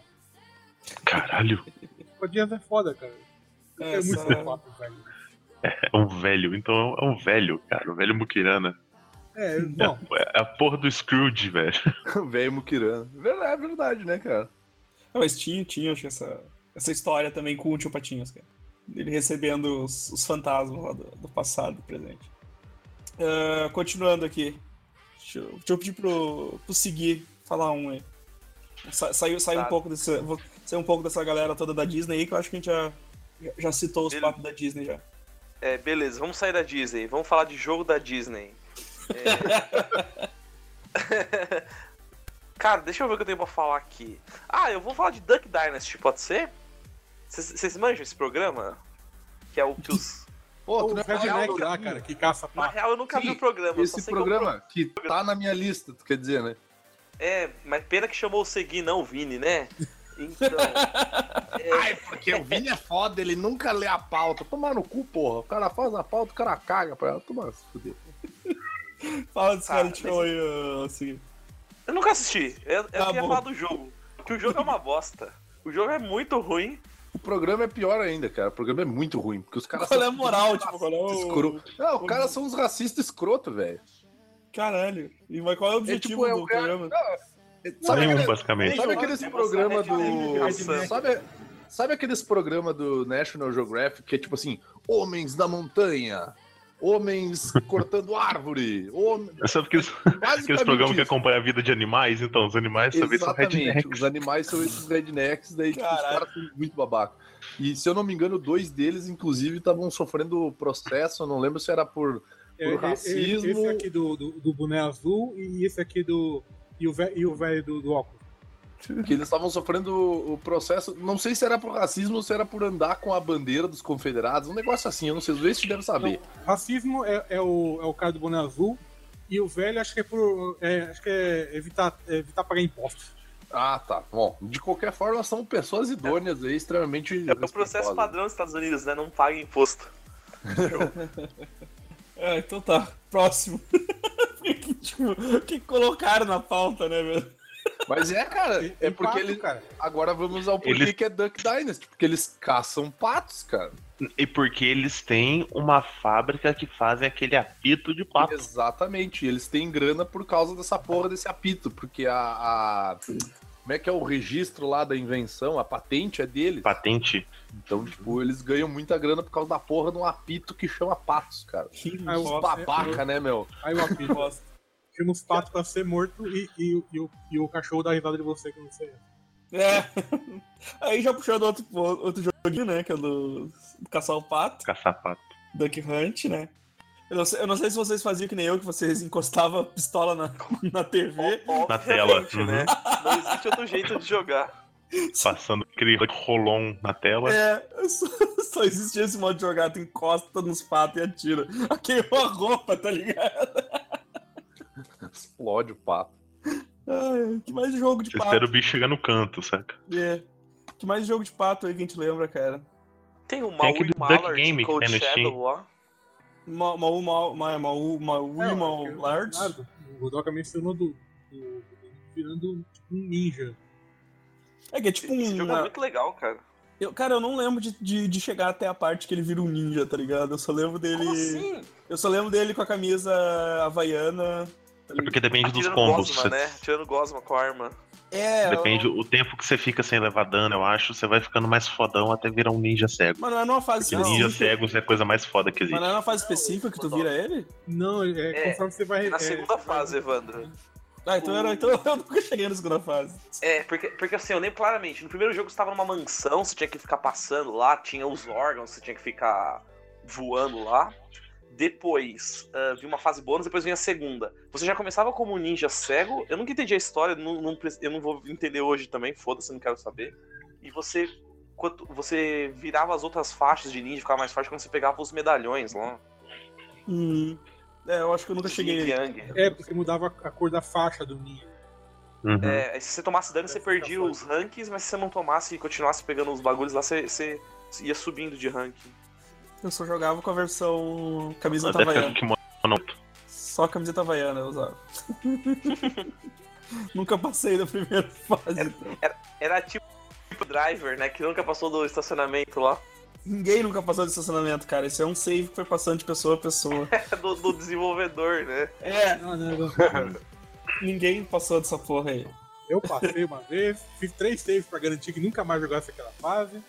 D: Caralho,
F: Tupatins é foda, cara. É,
B: Essa-
F: muito safado, velho.
D: é um velho, então é um velho, cara, o velho Mukirana.
F: É, bom.
D: É a porra do Scrooge, velho.
E: Velho Mukirana. Verdade, É verdade, né, cara?
B: Não, mas tinha, tinha, acho que essa, essa história também com o tio Patinhas, cara. Ele recebendo os, os fantasmas lá do, do passado, do presente. Ah, continuando aqui. Deixa eu, deixa eu pedir pro, pro seguir falar um aí. Sa, saiu saiu um
C: Tá.
B: pouco desse. vou- Saiu um pouco dessa galera toda da Disney aí, que eu acho que a gente já, já- já citou os
C: Ele-
B: papos da Disney já.
C: É, beleza, vamos sair da Disney, vamos falar de jogo da Disney. É. Cara, deixa eu ver o que eu tenho pra falar aqui. Ah, eu vou falar de Duck Dynasty, pode ser? Vocês vocês manjam esse programa? Que é o que os.
E: Pô,
F: O
E: tu não é
F: Redneck
E: real,
F: lá, cara, que caça
C: Na
F: pato.
C: real, eu nunca vi
E: sim,
C: o programa. eu só
E: Esse
C: sei que é um
E: programa que tá na minha lista, tu quer dizer, né?
C: pro- É, mas pena que chamou o Segui, não o Vini, né? Então.
E: Ai, porque o Vini é foda, ele nunca lê a pauta. Tomar no cu, porra. O cara faz a pauta, o cara caga pra ela. Toma, se fuder.
B: Fala desse
C: Tá,
B: reality
C: mas-
B: show aí, ô, seguir.
C: Eu nunca assisti. Eu, eu
B: Tá
C: queria
B: bom.
C: falar do jogo. Que o jogo é uma bosta. O jogo é muito ruim.
E: O programa é pior ainda, cara. O programa é muito ruim, porque os caras
B: Qual é
E: são
B: a moral, tipo, qual é o.
E: escro... Não, os caras são uns racistas escroto, velho.
B: Caralho. E, mas qual é o
E: É
B: objetivo
E: tipo, é
B: do
E: o cara.
B: programa?
E: Não, é- Sabe,
D: Nenhum,
E: aquele...
D: basicamente.
E: sabe aqueles
C: É
E: programas
C: você, é você.
E: do. Sabe... sabe aqueles programas do National Geographic que é tipo assim: homens na montanha, homens cortando árvore, homem.
D: Sabe aqueles, aqueles
E: Basicamente
D: programas que é
E: isso.
D: acompanham a vida de animais? Então, os animais também são
E: Exatamente.
D: redneck.
E: Os animais são esses rednecks, daí tipo, os
B: Caralho.
E: caras são muito babaca. E se eu não me engano, dois deles, inclusive, estavam sofrendo processo, eu não lembro se era por.
F: É, é, é,
E: racismo.
F: Esse aqui do, do, do boné azul e esse aqui do. E o velho, e o velho do, do óculos.
E: que eles estavam sofrendo o processo. Não sei se era por racismo ou se era por andar com a bandeira dos confederados. Um negócio assim, eu não sei, vocês devem saber.
F: Racismo é, é o, é o cara do boné azul. E o velho, acho que é por. é, acho que é evitar, é evitar pagar impostos.
E: Ah, tá. Bom, de qualquer forma, são pessoas idôneas aí, extremamente.
C: É o É processo
E: respeitosas.
C: padrão dos Estados Unidos, né? Não paga imposto.
B: Ah, então tá. Próximo. Porque, tipo, o que colocaram na pauta, né, meu?
E: Mas é, cara,
F: Tem-
E: é
F: tem
E: porque
F: pato,
E: ele.
F: cara.
E: Agora vamos ao porquê
D: Eles-
E: que é Duck Dynasty. Porque eles caçam patos, cara.
D: E porque eles têm uma fábrica que fazem aquele apito de pato.
E: Exatamente. Eles têm grana por causa dessa porra desse apito. Porque a. a- Como é que é o registro lá da invenção? A patente é deles.
D: Patente.
E: Então, tipo, eles ganham muita grana por causa da porra de um apito que chama patos, cara.
B: Que
F: Ah, eu-
E: Os
B: bosta.
E: babaca, né, meu?
F: Aí o apito.
B: bosta.
F: Tinha uns patos pra ser morto e, e, e o, e o cachorro dá risada de você que não sei.
B: É. Aí já puxou do outro, outro joguinho, né? Que é do, do Caçar o Pato,
D: Caçar pato.
B: Duck Hunt, né? Eu não, sei, eu não sei se vocês faziam que nem eu, que vocês encostavam a pistola na, na TV.
C: Obviamente,
D: Na tela. Uhum.
C: né? Não existe outro jeito de jogar.
D: Passando aquele rolon na tela.
B: É, só, só existia esse modo de jogar, tu encosta nos patos e atira. Ah, Queimou a roupa, tá ligado?
E: Explode o pato.
B: Ai, que mais jogo de
D: Você
B: pato?
D: espera o bicho chegar no canto, saca?
B: É. Que mais jogo de pato aí que a gente lembra, cara?
C: Tem o
D: Tem
C: Maui
D: aquele Duck
C: Mallard
D: Game
C: de
D: que
C: Cold
D: tem no Steam.
C: Shadow lá.
B: Mau Mau Mau Mau Mau
C: É,
B: Mau
F: É,
B: Mau Large?
F: Claro, o Godoka mencionou do, do, do virando tipo, um ninja.
B: É que é tipo
C: Esse
B: um.
C: jogo é muito legal, cara.
B: Eu, cara, eu não lembro de, de, de chegar até a parte que ele vira um ninja, tá ligado? Eu só lembro dele.
C: Como assim?
B: Eu só lembro dele com a camisa havaiana.
D: É porque depende dos
C: Tirando
D: combos.
C: Gosma,
D: Você-
C: né? Tirando Gosma com a arma.
B: É.
D: Depende o tempo que você fica sem levar dano, eu acho, você vai ficando mais fodão até virar um ninja cego.
B: Mas não é numa fase
D: Porque ninja
B: específica.
D: cegos é a coisa mais foda que
B: Mas
D: existe.
B: não é numa fase específica que tu vira ele?
F: Não, é,
C: É,
F: conforme você vai.
C: Na
F: é,
C: segunda
F: você vai-
C: fase, Evandro.
B: Ah, então, era, então eu nunca cheguei na segunda fase.
C: É, porque, porque assim, eu lembro claramente. No primeiro jogo você tava numa mansão, você tinha que ficar passando lá, tinha os órgãos, você tinha que ficar voando lá. Depois ah, vinha uma fase bônus, depois vinha a segunda. Você já começava como um ninja cego, eu nunca entendi a história, não- não pre- eu não vou entender hoje também, foda-se, não quero saber. E você. Quanto, você virava as outras faixas de ninja, ficava mais fácil quando você pegava os medalhões lá.
B: Hum. É, eu acho que eu nunca
C: Yin
B: cheguei.
C: Yang.
F: É, porque mudava a cor da faixa do ninja.
D: Uhum.
C: É, aí se você tomasse dano, você perdia os rankings, mas se você não tomasse e continuasse pegando os bagulhos lá, você, você ia subindo de ranking.
B: Eu só jogava com a versão
D: Mas
B: camiseta
D: deve ter
B: havaiana.
D: um que mono-
B: Só camiseta havaiana eu usava. Nunca passei da primeira
C: É
B: fase.
C: Era tipo tipo driver, né? Que nunca passou do estacionamento lá.
B: Ninguém nunca passou de estacionamento, cara. Isso é um save que foi passando de pessoa a pessoa.
C: Do, do desenvolvedor, né?
B: É,
F: Ah, Não, não, não.
B: ninguém passou dessa porra aí.
F: Eu passei uma vez, fiz três saves pra garantir que nunca mais jogasse aquela fase.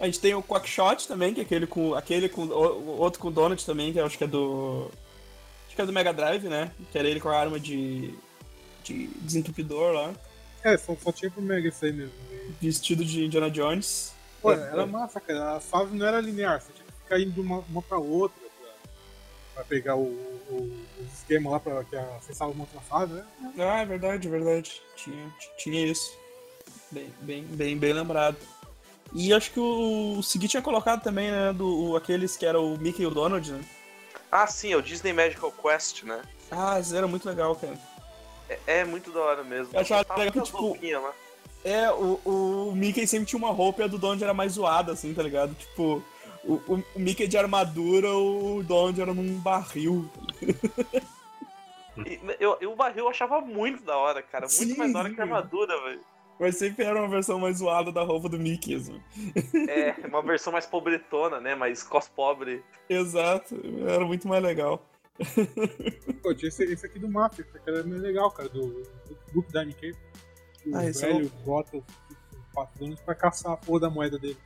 B: A gente tem o Quackshot também, que é aquele com. Aquele com. O, o outro com o Donut também, que eu acho que é do. Acho que é do Mega Drive, né? Que era ele com a arma de. de desentupidor lá.
F: É, só, só tinha pro Mega isso aí mesmo.
B: Vestido de Indiana Jones.
F: Pô, era massa, cara. A fase não era linear, você tinha que ficar indo de uma, uma pra outra pra, pra pegar o, o, os esquemas lá pra que acessava uma outra fase, né?
B: Ah, é verdade, é verdade. Tinha, ti- tinha isso. Bem, bem, bem, bem lembrado. E acho que o, o Segui tinha colocado também, né? Do, o- aqueles que era o Mickey e o Donald, né?
C: Ah, sim, é o Disney Magical Quest, né?
B: Ah, isso era muito legal, cara.
C: É, é muito da hora mesmo.
B: Eu achava
C: Tava
B: legal que,
C: aquelas
B: tipo,
C: roupinhas lá.
B: É, o, o Mickey sempre tinha uma roupa e a do Donald era mais zoada, assim, tá ligado? Tipo, o, o, o Mickey de armadura, o Donald era num barril.
C: E eu, eu, o barril eu achava muito da hora, cara. Muito
B: Hum. Sim,
C: mais da hora
B: sim.
C: que a armadura, velho.
B: Mas sempre era uma versão mais zoada da roupa do Mickey, assim.
C: É, uma versão mais pobretona, né? Mais cospobre.
B: Exato, era muito mais legal.
F: Pô, tinha esse, esse aqui do Mafia, que era meio legal, cara, do, do grupo da NK. O
B: Ah, esse
F: velho bota os os quatro anos pra caçar a porra da moeda dele.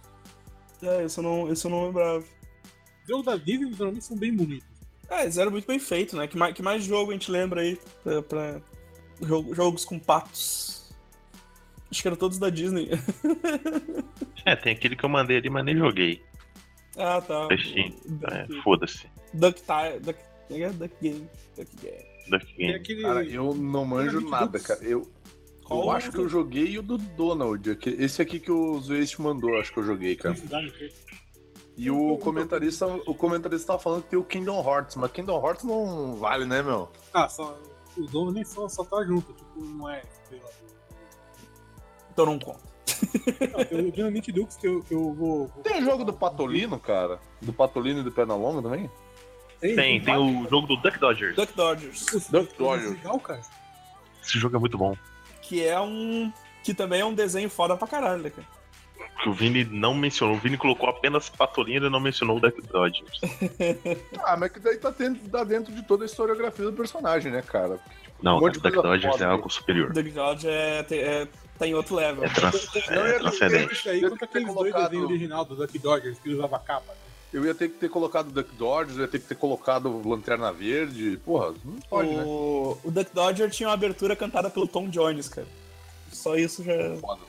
B: É, isso eu não, isso eu não lembrava.
F: Os jogos da Disney geralmente são bem bonitos.
B: É, eles eram muito bem feitos, né? Que mais, que mais jogo a gente lembra aí pra, pra jogo- jogos com patos? Acho que eram todos da Disney.
D: É, tem aquele que eu mandei ali, mas nem joguei.
B: ah, tá.
D: Peixinho, É,
B: Duck,
D: foda-se.
B: Duck, Ti- Duck, é, Duck Game. Duck Game.
D: Duck
F: Tem
D: Game.
F: aquele.
E: Cara, eu não manjo
F: Duck
E: nada,
F: Ducks.
E: cara. Eu, eu
B: Qual
E: acho que eu joguei o do Donald. aqui- Esse aqui que o Zuez te mandou, acho que eu joguei,
D: então.
E: cara.
F: grupo da NK.
E: E o comentarista, o comentarista tava falando que tem o Kingdom Hearts, mas Kingdom Hearts não vale, né, meu?
F: Ah, só. Os donos nem só, só tá junto, tipo, não é. sei lá.
B: Então não conta.
F: Não, Ah, tem o Dynamite Dukes que eu, que eu vou. vou-
E: Tem o jogo do Patolino, cara? Do Patolino e do Pernalonga também?
D: Tem, tem o jogo do Duck Dodgers.
B: Duck Dodgers,
E: Duck
F: Olha.
E: Dodgers.
F: Legal, cara.
D: Esse jogo é muito bom.
B: que é um. que também é um desenho foda pra caralho, né, cara?
D: Que o Vini não mencionou. O Vini colocou apenas Patolina e não mencionou o Duck Dodgers.
E: Ah, mas que daí tá dentro, tá dentro de toda a historiografia do personagem, né, cara?
D: Não,
E: Um
D: o
E: monte de
D: Duck
E: coisa
D: Dodgers
E: foda.
D: é algo superior.
B: Duck Dodge é, te- é- tá em outro level.
D: É, trans,
F: Não,
D: é
F: eu ia ter
D: transcendente.
F: isso aí
E: Eu
F: quanto
E: ter
F: aqueles dois
E: colocado-
F: desenhos original do Duck Dodgers que usava capa.
E: Eu ia ter que ter colocado Duck Dodgers, eu ia ter que ter colocado Lanterna Verde. Porra, não pode, né?
B: o, o Duck Dodger tinha uma abertura cantada pelo Tom Jones, cara. Só isso já.
E: Foda.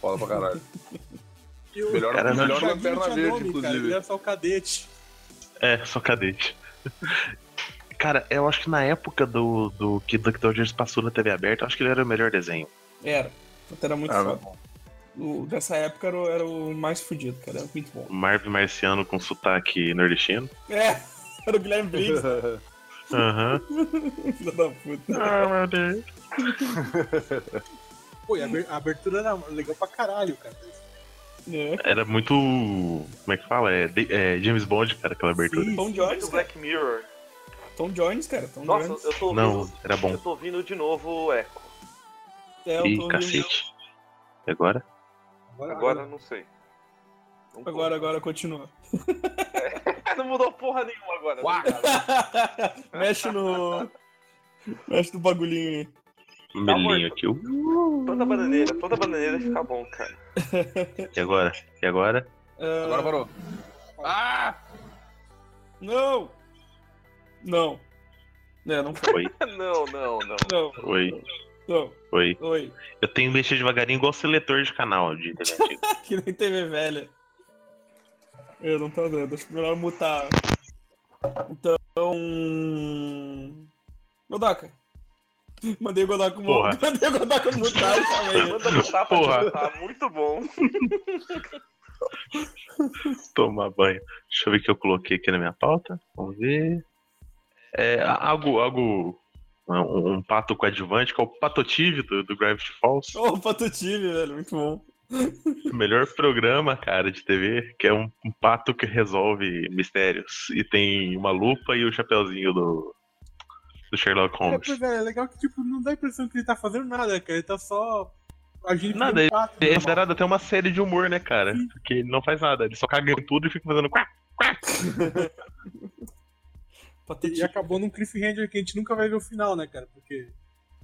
E: Foda pra caralho.
F: E o
E: Melhor,
D: Cara, não
E: melhor
F: Chaguinho
E: Lanterna
F: tinha
E: Verde,
F: nome, cara,
E: inclusive.
F: ele era só o cadete.
D: É, só cadete. Cara, eu acho que na época do, do que Duck Dodgers passou na TV aberta, eu acho que ele era o melhor desenho.
B: Era. Puta, Era muito
E: Ah,
B: foda. O, dessa época era, o- era o mais fudido, cara. Era muito bom.
D: Marvin Marciano com sotaque nordestino.
B: É, era o Guilherme Briggs,
D: Aham.
B: filho da puta.
D: Ah, meu Deus.
F: Pô, e a aber- a abertura era legal pra caralho, cara.
B: É.
D: Era muito. Como é que fala? É, de- é James Bond, cara, aquela abertura.
F: Sim.
B: Tom
C: Do
B: Jones, cara.
C: Black Mirror.
B: Tom Jones, cara. Tom
C: Nossa,
B: Jones.
C: eu tô ouvindo.
D: Não, era bom.
C: Eu tô ouvindo de novo o eco.
B: É, eu tô
D: Ih,
B: ouvindo.
D: cacete. E agora?
C: Agora eu não sei. Não tô.
B: Agora, agora, continua.
C: Não mudou porra nenhuma agora.
E: Uá, cara.
B: Mexe no. Mexe no bagulhinho aí.
D: Melinho
C: morto.
D: aqui. Uh,
C: Toda bananeira, toda bananeira fica bom, cara.
D: E agora? E agora?
B: Ah,
E: Agora parou. Ah!
B: Não! Não. É, não foi.
D: Oi,
C: Não, não, não.
B: Não,
D: oi,
B: não.
D: oi.
B: Oi.
D: Eu tenho que mexer devagarinho igual seletor de canal de internet.
B: Que nem TV velha. Eu não tô dando. Acho melhor mutar. Então. Godaka. Mandei o Godaka mu-
D: Porra.
B: Mandei o Godaka mutar e falei.
C: Manda botar pra
D: Porra.
C: botar, muito bom.
D: tomar banho. Deixa eu ver o que eu coloquei aqui na minha pauta. Vamos ver. É, algo, algo. Um, um pato coadjuvante, que é o Patotive do, do Gravity Falls.
B: Ô, Patutime, velho. Muito bom.
D: O melhor programa, cara, de TV, que é um, um pato que resolve mistérios. E tem uma lupa e o chapeuzinho do, do Sherlock
F: É,
D: Holmes.
F: pois é, é legal que tipo, não dá a impressão que ele tá fazendo nada, cara. Ele tá só agindo como
D: Nada,
F: um pato,
D: É
F: normal.
D: gerado até uma série de humor, né, cara? Porque ele não faz nada, ele só caga em tudo e fica fazendo. quá, quá.
F: E
B: Patutime.
F: acabou num cliffhanger que a gente nunca vai ver o final, né, cara? Porque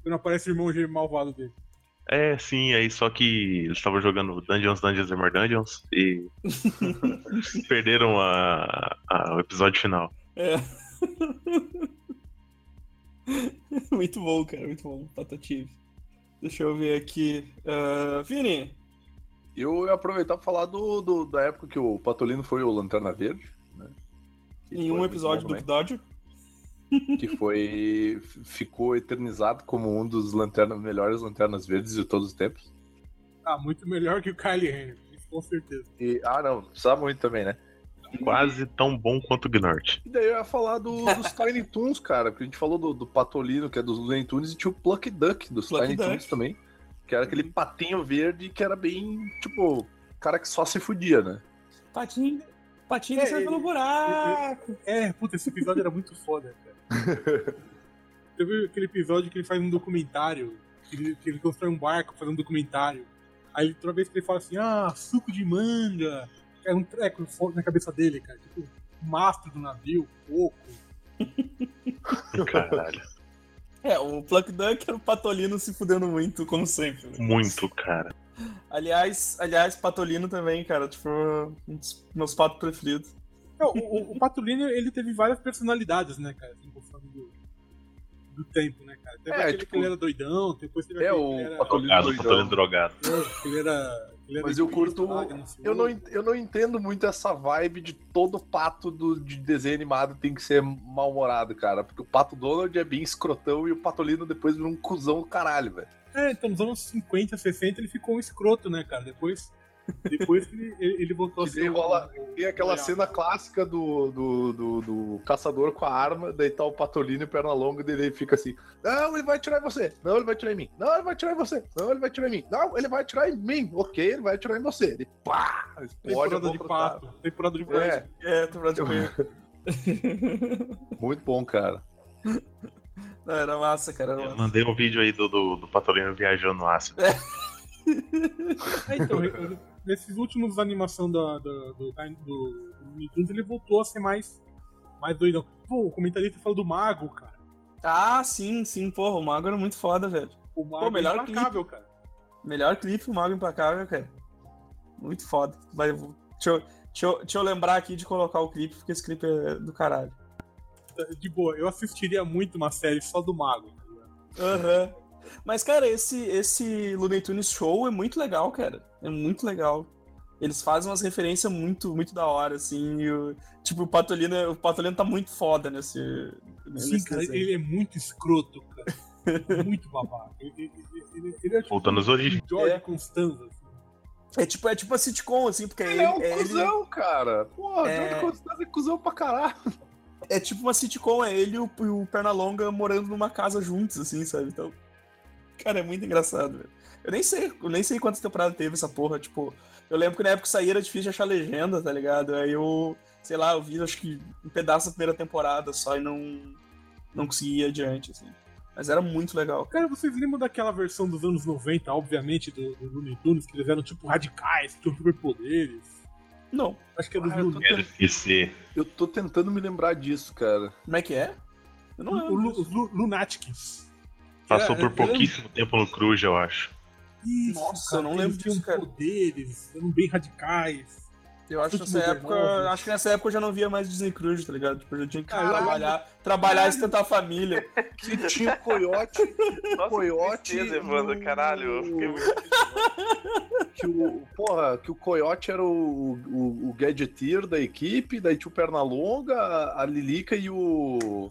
F: quando aparece o irmão gêmeo malvado dele.
D: É, sim, aí só que eles estavam jogando Dungeons, Dungeons and More Dungeons e perderam a, a- o episódio final.
B: É. muito bom, cara, muito bom, Patative. Deixa eu ver aqui. Ah, Vini,
E: Eu ia aproveitar pra falar do, do- da época que o Patolino foi o Lanterna Verde, né? Que
B: em
E: foi
B: um
E: muito
B: episódio
E: bom
B: do
E: também.
B: Dodger.
E: Que foi. f- ficou eternizado como um dos lanternas, melhores lanternas verdes de todos os tempos.
F: Ah, muito melhor que o Kylie Henry, isso com certeza.
E: E, ah, não, não precisa muito também, né?
D: Quase tão bom quanto o Gnort.
E: E daí eu ia falar do- dos Tiny Toons, cara, porque a gente falou do, do Patolino, que é dos Looney Tunes, e tinha o Pluck Duck dos
B: Pluck
E: Tiny
B: Duck.
E: Toons também, que era aquele patinho verde que era bem, tipo, cara que só se fudia, né?
B: Patinho, patinho
F: É,
B: sai
F: e-
B: pelo buraco.
F: É, puta, esse episódio era muito foda, cara. Teve aquele episódio que ele faz um documentário, que ele, que ele constrói um barco fazendo um documentário. Aí toda vez que ele fala assim, ah, suco de manga, é um treco fo- na cabeça dele, cara. Tipo, mastro do navio, coco.
D: Caralho.
B: É, o Pluck Duck era o Patolino se fudendo muito, como sempre. né?
D: Muito, cara.
B: Aliás, aliás, Patolino também, cara, tipo, um dos meus patos preferidos.
F: Não, o, o- o Patolino, ele teve várias personalidades, né, cara? Assim, conforme do, do tempo, né, cara? Teve
E: É,
F: aquele
E: tipo-
F: que ele era doidão, depois teve
E: É,
F: aquele
E: o
F: que ele era...
E: Patolino
D: Drogado,
E: doidão.
D: Patolino drogado.
F: É, que ele era- que ele era
E: Mas eu
F: egoísta,
E: curto-
F: lá, que não sei
E: Eu
F: o
E: não,
F: quê.
E: en- eu não entendo muito essa vibe de todo pato do, de desenho animado tem que ser mal-humorado, cara. Porque o Pato Donald é bem escrotão e o Patolino depois vira um cuzão do caralho, velho.
F: É, então nos anos 50, 60 ele ficou um escroto, né, cara? Depois, depois que ele, ele, ele voltou
E: Que daí rola-
F: um- um-
E: Tem aquela
F: um-
E: cena clássica do, do, do, do caçador com a arma, daí tá o Patolino e perna longa, daí ele fica assim: Não, ele vai atirar em você. Não, ele vai atirar em mim. Não, ele vai atirar em você. Não, ele vai atirar em mim. Não, ele vai atirar em mim. Ok, ele vai atirar em você. Ele pá! Explode a
F: Temporada
E: boca
F: de
E: do cara.
F: pato. Temporada de pato.
E: É,
B: É, tô falando de
E: Eu-
B: coisa.
E: Muito bom, cara.
B: Não, era massa, cara. Era
D: Eu
B: massa.
D: mandei um vídeo aí do, do, do Patolino viajando no ácido.
F: É, então, eu- eu- nesses últimos animação da, da- do, da- do, do Looney Tunes, ele voltou a ser mais, mais doidão. Pô, o comentarista falou do Mago, cara.
B: Ah, sim, sim, porra. O Mago era muito foda, velho.
F: O Mago
B: melhor
F: é implacável, cara.
B: Melhor clipe, o Mago Implacável, cara. Muito foda. Mas eu vou- deixa, eu, deixa, eu, deixa eu lembrar aqui de colocar o clipe, porque esse clipe é do caralho.
F: Tá, De boa, eu assistiria muito uma série só do Mago.
B: Aham. Mas, cara, esse, esse Looney Tunes show é muito legal, cara. É muito legal. Eles fazem umas referências muito, muito da hora, assim. e o- tipo, o Patolino, o Patolino tá muito foda nesse.
F: Sim,
B: nesse
F: cara,
B: desenho.
F: ele é muito escroto, cara. Muito babaca. Ele, ele- ele- ele é tipo
D: Voltando às origens.
F: o George
B: É.
F: Constanza. assim.
B: É tipo, é tipo a sitcom, assim, porque
E: Ele é um
B: ele-
E: cuzão, cara. Porra,
B: É.
E: George Costanza é cuzão pra caralho.
B: é tipo uma sitcom, é ele e o, e o Pernalonga morando numa casa juntos, assim, sabe? Então. Cara, é muito engraçado, velho. Eu nem sei, eu nem sei quantas temporadas teve essa porra, tipo. Eu lembro que na época que saía era difícil de achar legenda, tá ligado? Aí eu, sei lá, eu vi acho que um pedaço da primeira temporada só e não. não consegui ir adiante, assim. Mas era muito legal.
F: Cara, vocês lembram daquela versão dos anos 90, obviamente, do, do Looney Tunes, que eles eram tipo radicais, que tinham superpoderes.
B: Não.
F: Acho que é dos
E: Ah, eu tô
F: Looney.
D: Quero esquecer.
E: Eu tô tentando me lembrar disso, cara.
B: Como é que é? Eu não
F: Lu-
B: lembro.
F: Lu-
B: disso.
F: Os Lu- Lunatics.
D: Passou
F: Era-
D: por
F: era-
D: pouquíssimo tempo no Cruz, eu acho.
F: Isso,
B: Nossa,
F: cara,
B: eu não
F: eles
B: lembro
F: tinham
B: disso, cara.
F: poderes, eram bem radicais.
B: Eu acho que nessa
F: Tudo
B: época.
F: Modernóvel.
B: Acho que nessa época eu já não via mais Disney Cruise, tá ligado? Tipo, eu já tinha que
F: né? Caralho.
B: trabalhar, trabalhar e sustentar a família.
E: Que tinha o coiote,
C: Nossa,
E: Coiote
C: que tristeza, Evandro,
E: no-
C: caralho. Eu fiquei muito...
E: que o. Porra, que o coiote era o, o, o gadgeteer da equipe, daí tinha o Pernalonga, a- a Lilica e o.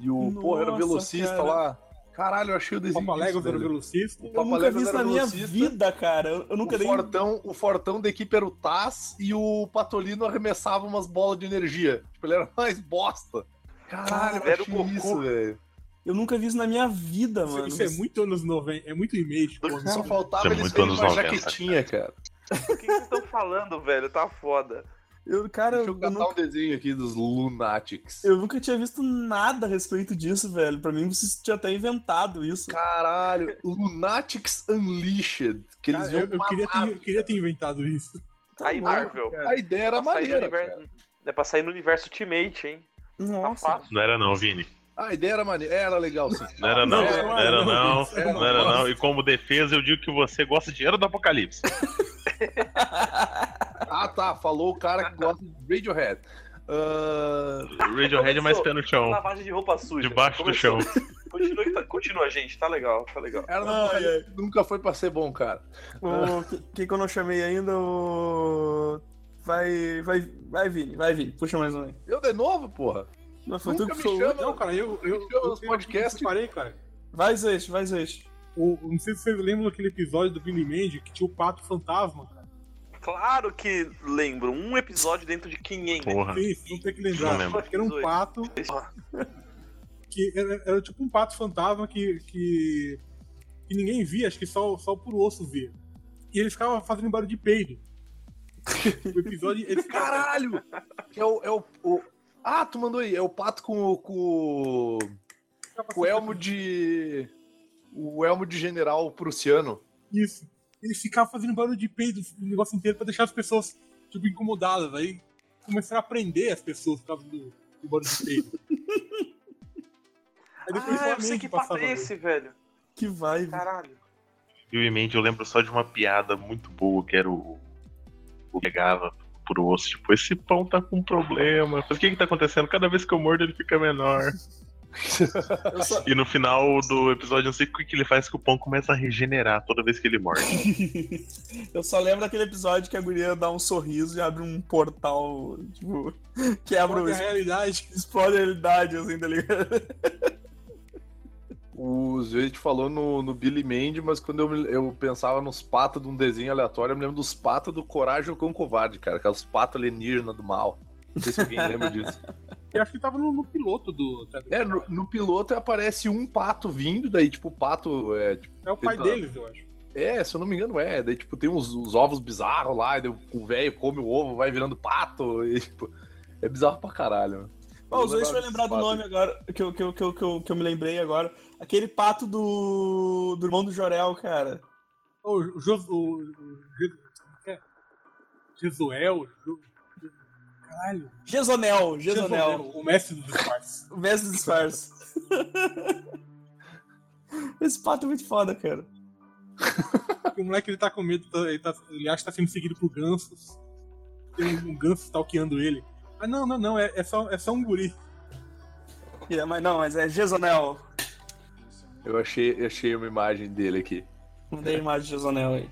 E: E o. porra, era o
B: Nossa,
E: velocista
B: cara.
E: lá. Caralho, eu achei o
F: O
E: desenho.
F: Papa Legos
E: disso,
F: era o
E: velho.
F: velocista.
B: Eu
E: Papa
B: nunca
E: Legos
B: vi isso
E: era
B: na minha
E: velocista.
B: vida, cara. Eu, eu nunca
E: O
B: nem.
E: fortão, o fortão da equipe era o Taz e o Patolino arremessava umas bolas de energia. Tipo, ele era mais bosta. Caralho,
C: Era
E: eu
C: o
E: achei
C: Goku.
E: isso, velho.
B: Eu nunca vi isso na minha vida,
F: Isso-
B: mano.
F: Isso é muito anos 90, é muito image. pô,
E: Só
F: só-
E: faltava
D: Isso é
E: eles
D: muito
E: terem
D: anos
E: uma
D: 90,
E: jaquetinha, cara.
C: O que vocês estão falando, velho? Tá foda.
B: Eu, cara,
E: Deixa eu
B: eu,
E: catar
B: nunca,
E: um desenho aqui dos Lunatics.
B: eu nunca tinha visto nada a respeito disso, velho. Pra mim, vocês tinham até inventado isso.
E: Caralho, Lunatics Unleashed. Que eles
F: Cara, eu,
E: iam
F: eu queria ter, eu queria ter inventado isso.
B: Tá
C: Aí,
B: louco,
C: Marvel.
B: cara.
E: A ideia era
C: Pra sair, no
E: maneira. cara.
C: universo... é pra sair no universo Ultimate, hein?
E: tá
B: Nossa.
C: fácil.
D: Não era não, Vini.
E: A ideia era maneira. É, Era legal, sim.
D: Não era Ah, não.
B: não,
D: Não, era não.
F: isso
E: era
D: Não era
E: uma
D: não. E como defesa, eu digo que você gosta de Era do Apocalipse.
E: Ah, tá. Falou o cara que gosta de Radiohead. Ah,
D: Radiohead é mais pé no chão.
C: Lavagem de roupa suja.
D: Debaixo do chão.
C: Começou. Continua, continua, gente. Tá legal, tá legal.
E: era do
B: Ai,
E: Apocalipse, Nunca foi pra ser bom, cara. né?
B: O que, que que eu não chamei ainda? O... Vai, vai, vai, Vini, vai, Vini. Puxa mais um aí.
E: Eu de novo, porra.
B: Não, foi tu
E: Nunca
B: que
E: me
B: puxou.
E: chama.
F: Não, cara, eu. Eu,
E: Esse é o nosso
F: tenho-
E: podcast.
F: eu parei, cara.
B: Vai, Zeist, vai, Zeist.
F: O- não sei se vocês lembram daquele episódio do Billy Mandy que tinha o pato fantasma. cara.
C: Claro que lembro. Um episódio dentro de 500.
D: Porra.
F: Sim, Isso, não tem que
D: Ah, Não
F: lembrar.
D: lembro.
F: Acho que era um pato que era, era tipo um pato fantasma que, que, que ninguém via, acho que só, só por osso via. E ele ficava fazendo barulho de peido. O episódio. Ele ficava-
E: Caralho! Que é o. É o, o- Ah, tu mandou aí. É o pato com o. Com, o-
F: ficava
E: com o elmo de. O elmo de general prussiano.
F: Isso. Ele ficava fazendo barulho de peido o negócio inteiro pra deixar as pessoas, tipo, incomodadas. Aí começaram a prender as pessoas por causa do, do barulho de peido. Aí depois
C: Ah, eu
F: somente
C: sei que
F: passava
C: pato é esse, velho.
B: Que vai,
C: Caralho.
D: E o Emende, eu lembro só de uma piada muito boa que era o. O pegava pro osso, tipo, esse pão tá com problema. Mas o que que tá acontecendo? Cada vez que eu mordo, ele fica menor.
B: Eu só,
D: E no final do episódio, eu não sei o que que ele faz, que o pão começa a regenerar toda vez que ele morde.
B: Eu só lembro daquele episódio que a guria dá um sorriso e abre um portal, tipo, quebra,
F: Olha a
B: o-
F: realidade.
B: explode a realidade, assim, tá ligado?
E: O Zoete falou no, no Billy Mandy, mas quando eu, me- eu pensava nos patos de um desenho aleatório, eu me lembro dos patos do Coragem o Cão Covarde, cara. Aquelas patas alienígenas do mal. Não sei se alguém lembra disso.
F: Eu acho que tava no, no piloto do. tá
E: É, no, no piloto aparece um pato vindo, daí, tipo, o pato é, tipo,
F: É o pai
E: Tá.
F: deles, eu acho.
E: É, se eu não me engano, é. Daí, tipo, tem uns, uns ovos bizarros lá, e daí o velho come o ovo, vai virando pato. E, tipo, é bizarro pra caralho.
B: Ah, os dois vai lembrar
E: lembrar
B: do
E: desse
B: nome agora, que eu, que, eu, que, eu, que, eu, que eu me lembrei agora. Aquele pato do, do irmão do Jorel, cara.
F: Ô, O, Jos- o, o Je- como que é? Jesuel. Jo- Jo- Caralho.
B: Gesonel,
F: Jesuel,
B: Gesonel.
F: O mestre dos disfarces.
B: O mestre dos disfarce. Esse pato é muito foda, cara.
F: Porque o moleque ele tá com medo, tá- ele, tá- ele acha que tá sendo seguido por gansos. Tem um, um ganso stalkeando ele. Ah, não, não, não, é, é só, é só um guri.
B: É, mas não, mas é Gesonel.
E: Eu achei, eu achei uma imagem dele aqui.
B: Mandei a imagem de Gesonel aí.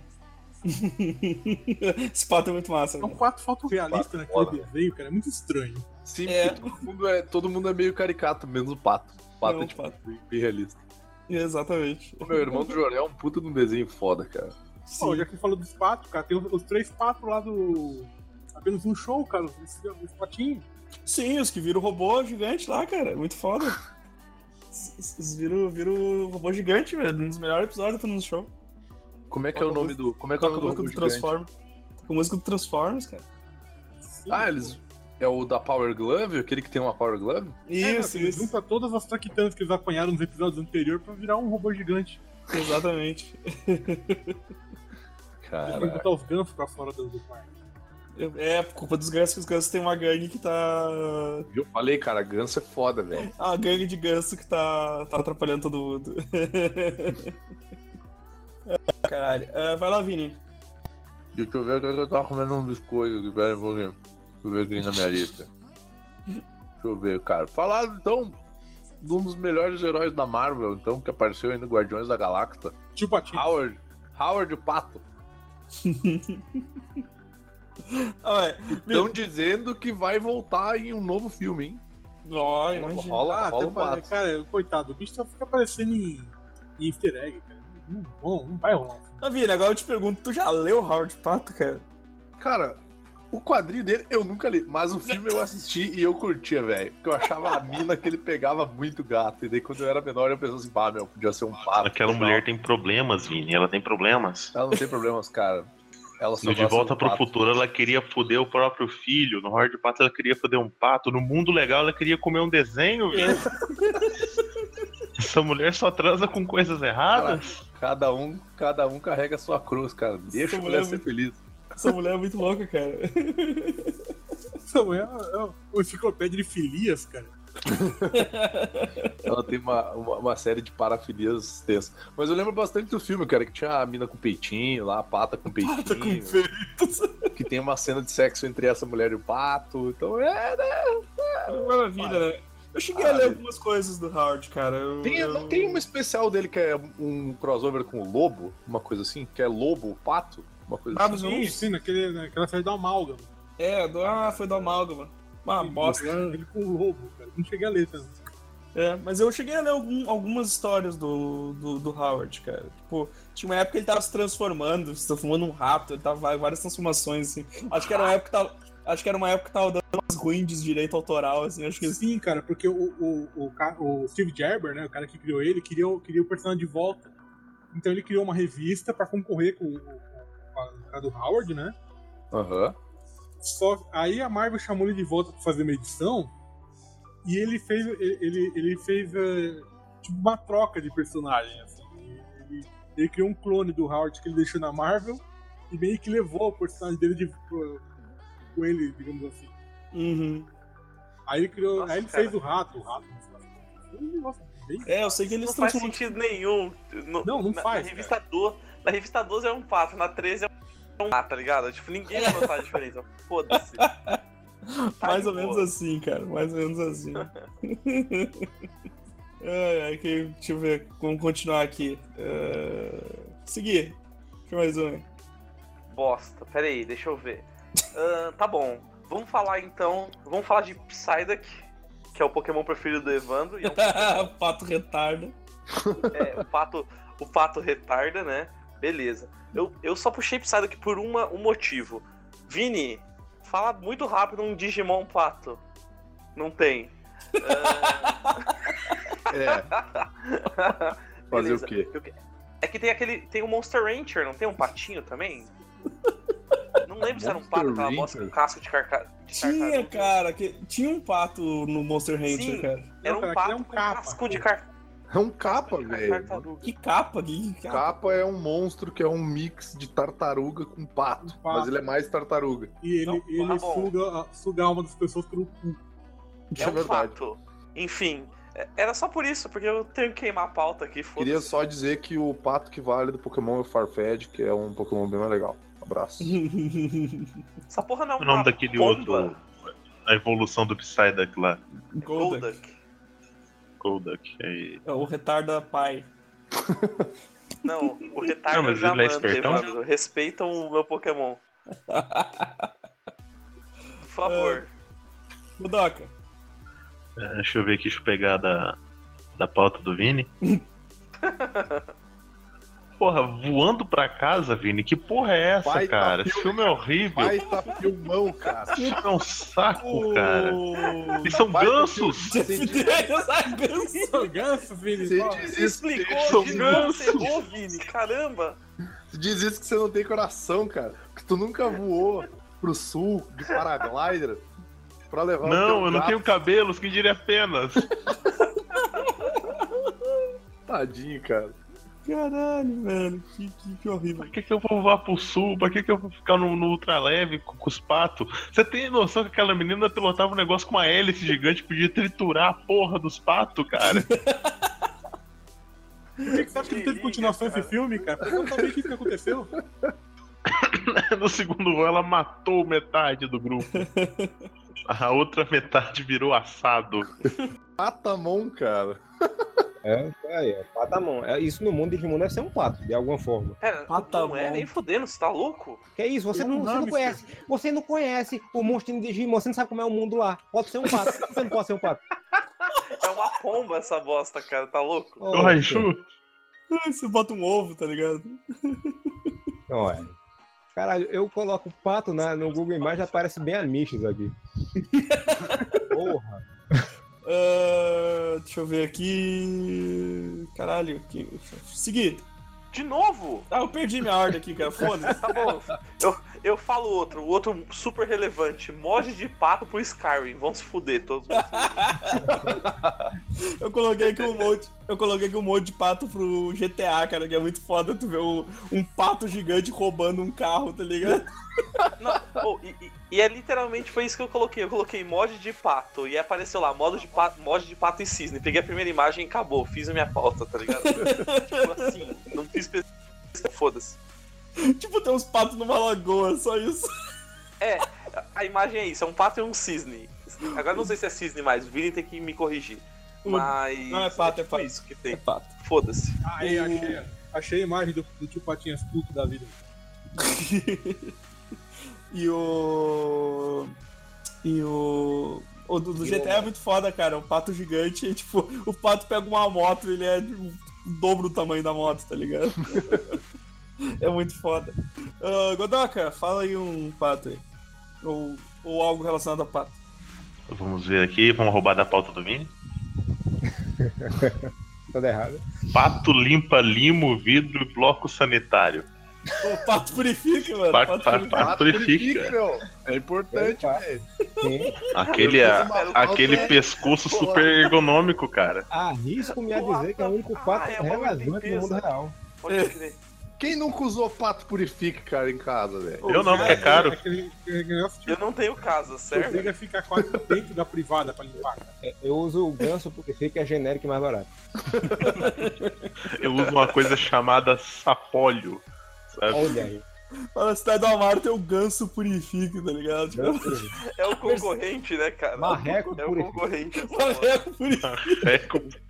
B: Esse pato é muito massa.
F: É um
B: Cara.
F: quadro fotorrealista naquele
E: bola.
F: desenho, cara, é muito estranho.
E: Sim,
B: É.
E: porque todo mundo, é, todo mundo é meio caricato, menos o pato. O pato
B: Não,
E: é tipo
B: pato.
E: bem- bem realista.
B: Exatamente.
E: O meu irmão do Joré é um puta de um desenho foda, cara.
B: Sim.
F: Bom, já que você falou dos patos, cara, tem os, os três patos lá do. Apenas um show, cara, os, os patinhos.
B: Sim, os que viram robô gigante lá, cara. é Muito foda. Os- Os os viram, viram robô gigante, velho. Um dos melhores episódios do Fernando Show.
E: Como é que é o
B: Toca a
E: nome do. Como é que é o
B: Toca a
E: nome do
B: música
E: robô
B: do
E: gigante?
B: Transformers. Com a música do Transformers, cara.
E: Ah, eles. É o da Power Glove? Aquele que tem uma Power Glove?
B: É, Isso,
F: eles
B: isso.
F: Junta todas as traquitanas que eles apanharam nos episódios anteriores pra virar um robô gigante.
B: Exatamente.
F: Eles
E: Cara.
F: vão botar os gansos pra fora do, do parque.
B: Eu- É, por culpa dos gansos, que os gansos tem uma gangue que tá.
E: Eu falei, cara, ganso é foda, velho.
B: A gangue de ganso que tá, tá atrapalhando todo mundo. Ah, Caralho. Ah, vai lá, Vini.
E: Deixa eu ver agora que eu tava comendo um biscoito aqui, pera aí, vou ver. Deixa eu ver aqui na minha lista. Deixa eu ver, cara. Falar então de um dos melhores heróis da Marvel, então, que apareceu aí no Guardiões da Galáctica.
F: Tio Patinho.
E: Howard. Howard o Pato.
B: Ah, ué.
E: Estão dizendo que vai voltar em um novo filme, hein?
B: Ó, imagina.
E: Rola,
F: Ah,
E: rola
F: até
E: o
F: pare-
E: pato.
F: cara, coitado, o bicho só fica aparecendo em, em easter egg, cara. Não, bom, não vai rolar.
B: Ah, Vini, agora eu te pergunto, tu já leu Howard Pato, cara?
E: Cara, o quadrinho dele eu nunca li, mas o filme eu assisti e eu curtia, velho. Porque eu achava a mina que ele pegava muito gato. E daí quando eu era menor eu pensava assim, pá, meu, podia ser um pato.
D: Aquela
E: e tal.
D: mulher tem problemas, Vini. Ela tem problemas.
E: Ela não tem problemas, cara. Ela só
D: No De
E: gosta
D: Volta
E: do
D: pro
E: pato.
D: Futuro, ela queria foder o próprio filho. No Horde Pato, ela queria foder um pato. No Mundo Legal, ela queria comer um desenho, velho. Essa mulher só transa com coisas erradas.
E: Cada um, cada um carrega a sua cruz, cara. Deixa
B: Essa
E: a
B: mulher
E: mulher
B: é
E: ser feliz.
B: Essa mulher é muito louca, cara.
F: Então, é, é uma enciclopédia de filias, cara.
E: Ela tem uma, uma, uma série de parafilias tensas. Mas eu lembro bastante do filme, cara, que tinha a mina com peitinho lá, a pata com peitinho.
B: Tá com feio.
E: Que tem uma cena de sexo entre essa mulher e o pato. Então é, né?
B: Maravilha, né? Eu cheguei a ler algumas coisas do Howard, cara. Eu,
E: Tem-
B: eu-
E: não tem uma especial dele que é um crossover com o lobo, uma coisa assim, que é lobo, o pato, uma coisa
B: Ah,
E: assim.
B: mas eu não-
F: Sim, sim, naquele, naquela série da amálgama.
B: É, do... ah, foi do Amálgama. Uma bosta.
F: Ele com o roubo, cara. Não cheguei a ler tanto.
B: É, mas eu cheguei a ler algum- algumas histórias do, do, do Howard, cara. Tipo, tinha uma época que ele tava se transformando, se transformando num rato, ele tava vai- várias transformações, assim. Acho que era uma época que tava, acho que era uma época que tava dando umas ruins de direito autoral, assim, acho que eles-
F: Sim, cara, porque o, o, o, ca- o Steve Gerber, né, o cara que criou ele, queria, o- queria o personagem de volta. Então ele criou uma revista pra concorrer com, o- com a, com a do Howard, né?
E: Aham.
F: Só, aí a Marvel chamou ele de volta pra fazer uma edição e ele fez, ele, ele- ele fez eh, tipo uma troca de personagem, assim. Ele, ele- ele criou um clone do Howard que ele deixou na Marvel e meio que levou o personagem dele de, pro- com ele, digamos assim.
B: Uhum.
F: Aí ele criou.
C: Nossa,
F: aí ele
C: cara.
F: fez o rato, o rato. Foi um negócio bem-
B: É, eu sei que eles
C: Não faz
B: transformam.
C: sentido nenhum. No-
F: Não, não
C: na,
F: faz,
C: Na revista, 12, na revista 12 é um pato, na 13 é um pato, tá ligado? Tipo, ninguém vai notar a diferença. Foda-se. Tá
B: mais
C: de
B: ou menos
C: boa.
B: assim, cara. Mais ou menos assim. ai, ai, que, deixa eu ver. Vamos continuar aqui. Eh, Seguir. Deixa eu mais um. aí.
C: Bosta, peraí, deixa eu ver. Ah, tá bom, vamos falar então. Vamos falar de Psyduck, que é o Pokémon preferido do Evandro. E é, um-
B: Pato retarda.
C: é, o, pato, o pato retarda, né? Beleza. Eu, eu só puxei Psyduck por uma, um motivo. Vini, fala muito rápido um Digimon pato. Não tem.
E: É, fazer
C: Beleza.
E: o quê?
C: É que tem aquele. Tem o Monster Rancher, não tem um patinho também? Não lembro se era um
E: Monster
C: pato aquela
E: Rancher.
C: bosta com casco de carca... de
B: Tinha,
C: tartaruga.
B: cara, que- tinha um pato no Monster Rancher,
C: Sim.
B: cara.
C: Era
F: Não,
C: um
F: cara,
C: pato
F: aquele é um
C: com
F: capa.
C: casco de car...
E: É um capa,
C: de
E: velho.
C: tartaruga.
B: Que capa, que que capa.
E: Capa é um monstro que é um mix de tartaruga com pato,
F: Um pato.
E: mas ele é mais tartaruga.
F: E ele,
B: Não,
F: ele
C: tá bom.
F: suga, a- suga a alma das pessoas pelo cu.
C: É um fato. Enfim, é- era só por isso, porque eu tenho que queimar a pauta aqui, foda-se.
E: Queria só dizer que o pato que vale do Pokémon é o Farfetch, que é um Pokémon bem mais legal. Abraço.
C: Essa porra não é
D: O
C: uma
D: nome daquele
C: bomba.
D: outro. A evolução do Psyduck lá.
B: Golduck.
C: Golduck.
D: Golduck. É...
B: É o retarda pai.
C: Não, o retardo
D: Não, mas
C: já
D: ele é
C: mantém,
D: espertão?
C: mano. Respeitam o meu Pokémon. Por favor.
B: Budoka.
D: É, Deixa eu ver aqui, deixa eu pegar da, da pauta do Vini. Porra, voando pra casa, Vini, que porra é essa,
E: Vai tá
D: cara? Esse
E: filme,
D: filme é horrível.
E: Vai tá filmão, cara.
D: Esse filme é um saco, cara.
B: O-
D: E são
E: Vai tá
D: gansos!
E: filme. Você diz-
F: Sou ganso, Vini.
E: você
F: fala.
C: Você
E: diz isso, você
B: É.
C: explicou,
D: são
C: você
D: gansos.
C: cancelou, Vini, caramba.
E: você diz isso que você não tem coração, cara. Que tu nunca voou pro sul de paraglider pra levar o teu
D: Não, eu não
E: gato.
D: tenho cabelos, que diria apenas.
E: Tadinho, cara.
B: Caralho, velho. Que, que, que horrível.
D: Pra que, que eu vou voar pro sul? Pra que, que eu vou ficar no, no ultraleve com, com os patos? Você tem noção que aquela menina pilotava um negócio com uma hélice gigante podia triturar a porra dos patos, cara?
F: Por que que você acha que não teve continuação esse filme, cara? Porque eu não sabia que isso que aconteceu.
D: no segundo voo ela matou metade do grupo. A outra metade virou assado.
E: Patamon, cara.
H: É, é, é patamon. É, isso no mundo de Digimon deve ser um pato, de alguma forma.
C: Pera,
B: Patamon.
C: não é nem fodendo, você tá louco?
H: Que é isso, você
F: É
H: não,
F: um
H: você não
F: hamster.
H: conhece. Você não conhece o monstrinho de Digimon, você não sabe como é o mundo lá. Pode ser um pato, você não pode ser um pato.
C: É uma pomba essa bosta, cara, tá louco?
H: Ô,
D: Ô, Raichu,
B: Ah, Você bota um ovo, tá ligado?
H: Não é. Caralho, eu coloco pato na, no Google Imagens aparece bem amiches aqui. Porra.
B: Ah, deixa eu ver aqui. Caralho. Que... Seguir.
C: De novo?
B: Ah, eu perdi minha ordem aqui, cara. Foda-se.
C: Tá bom, eu, eu falo outro, o outro super relevante. Mod de pato pro Skyrim, vão se fuder todos.
B: Eu coloquei aqui um monte. Eu coloquei aqui um monte de pato pro GTA, cara, que é muito foda tu ver um, um pato gigante roubando um carro, tá ligado?
C: Não,
B: Tá.
C: pô, e, e- e é literalmente foi isso que eu coloquei. Eu coloquei mod de pato e apareceu lá, modo de pato, mod de pato e cisne. Peguei a primeira imagem e acabou, fiz a minha pauta, tá ligado? tipo assim, não fiz pesquisa, foda-se.
B: tipo, tem uns patos numa lagoa, só isso.
C: A imagem é isso, é um pato e um cisne. Agora não sei se é cisne mais, o Vini tem que me corrigir. Mas.
B: Não, é pato, é
C: tipo
B: pato.
C: isso que tem.
B: pato.
C: Foda-se.
F: Aí, achei, achei a imagem do, do tio Patinhas puto da vida.
B: E o. E o. O do, do
H: E
B: GTA
H: o-
B: é muito foda, cara. O pato gigante, e, tipo, o pato pega uma moto ele é tipo, o dobro do tamanho da moto, tá ligado? é muito foda. Ah, Godoka, fala aí um pato aí. Ou, ou algo relacionado a pato.
D: vamos ver aqui, vamos roubar da pauta do Vini.
H: Tá dando errado.
D: Pato limpa limo, vidro e bloco sanitário.
B: O pato purifica, mano.
D: Pato, pato,
B: purifica.
D: pato purifica.
E: meu. É importante,
H: Opa.
E: velho.
H: Sim.
D: Aquele,
E: Eu fiz
D: a-
E: uma pauta,
D: aquele
E: né?
D: pescoço super ergonômico, cara.
H: Arrisco-me a dizer que é o único pato
C: Ah, é, tem
H: relevante no
C: peso.
H: mundo real.
B: É.
C: Pode crer.
E: Quem nunca usou pato purifica, cara, em casa, velho?
D: Eu não, porque é caro.
F: Aquele aquele negócio que
C: Eu não tenho casa, certo?
F: obriga a ficar quase dentro da privada pra limpar. cara.
H: É, Eu uso o ganso porque fica genérico e mais barato.
D: Eu uso uma coisa chamada sapólio. Sabe?
H: Olha aí.
B: Fala, na cidade do Amaro tem o ganso purifica, tá ligado? Tipo,
H: ganso purifica.
C: É o concorrente, né, cara?
H: Marreco
C: É o
H: purifica.
C: concorrente. essa porra.
B: marreco purifica.
D: É, com-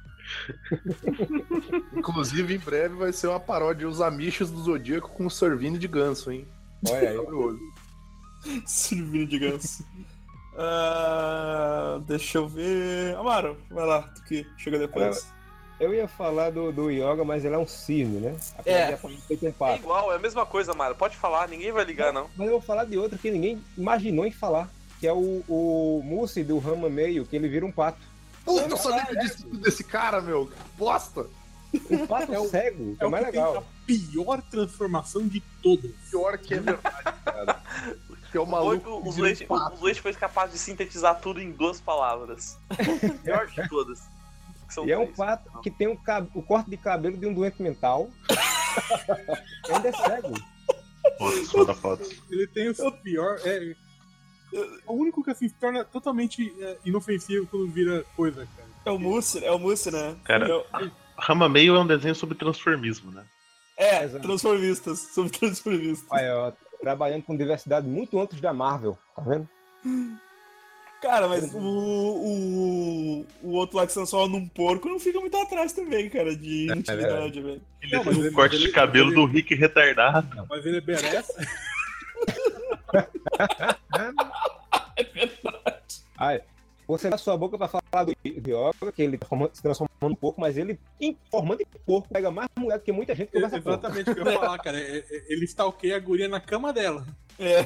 E: Inclusive, em breve vai ser uma paródia Os Amichos do Zodíaco com o Servino de Ganso, hein?
H: Olha
E: É,
H: aí.
E: Maravilhoso.
B: Servindo de ganso. Ah, deixa eu ver. Amaro, vai lá, tu que chega depois.
H: Eu ia falar do, do yoga, mas ele é um cisne, né?
B: É.
H: Apesar de aparecer com
C: É
H: pato.
C: igual, é a mesma coisa, Mário. Pode falar, ninguém vai ligar, não.
H: Mas eu vou falar de outro que ninguém imaginou em falar, que é o, o Mousse do Rama Meio, que ele vira um pato.
E: Puta, eu sabia disso desse cara, meu. Que Bosta.
H: Um pato
F: É o-
H: cego, que é,
F: É o
H: mais
F: que tem
H: legal.
F: a pior transformação de todas.
E: Pior que é verdade. cara. Que é
C: Foi
E: o
C: que
E: maluco.
C: o
E: que
C: o
E: vira um
C: Leite,
E: pato.
C: o Leite foi capaz de sintetizar tudo em duas palavras. O pior de todas. que são
H: E é um
C: três.
H: pato que tem o, cab- o corte de cabelo de um doente mental. Ainda é cego.
D: Fotos, manda fotos.
F: Ele tem o pior. É, é o único que assim se torna totalmente é, inofensivo quando vira coisa, cara.
B: É o Mousse, é o Mousse, né?
D: Cara,
B: Eu-
D: Rama Meio é um desenho sobre transformismo, né?
B: é,
H: Exato.
B: transformistas, sobre transformistas.
H: Olha, ó, trabalhando com diversidade muito antes da Marvel, tá vendo?
B: Cara, mas o, o, o outro lá que se transforma num porco não fica muito atrás também, cara, de inutilidade, velho.
D: Ele
F: Não,
D: tem
F: mas
D: um
F: ele-
D: corte
F: ele-
D: de cabelo
F: ele-
D: do Rick retardado.
F: Mas ele é badass.
H: Você dá sua boca pra falar do Diogo, que ele tá forma- se transformando em porco, mas ele, em formando em porco, pega mais mulher do que muita gente que conversa com ele.
F: Exatamente o que eu ia falar, cara. É- é- Ele stalkeia a guria na cama dela.
B: É.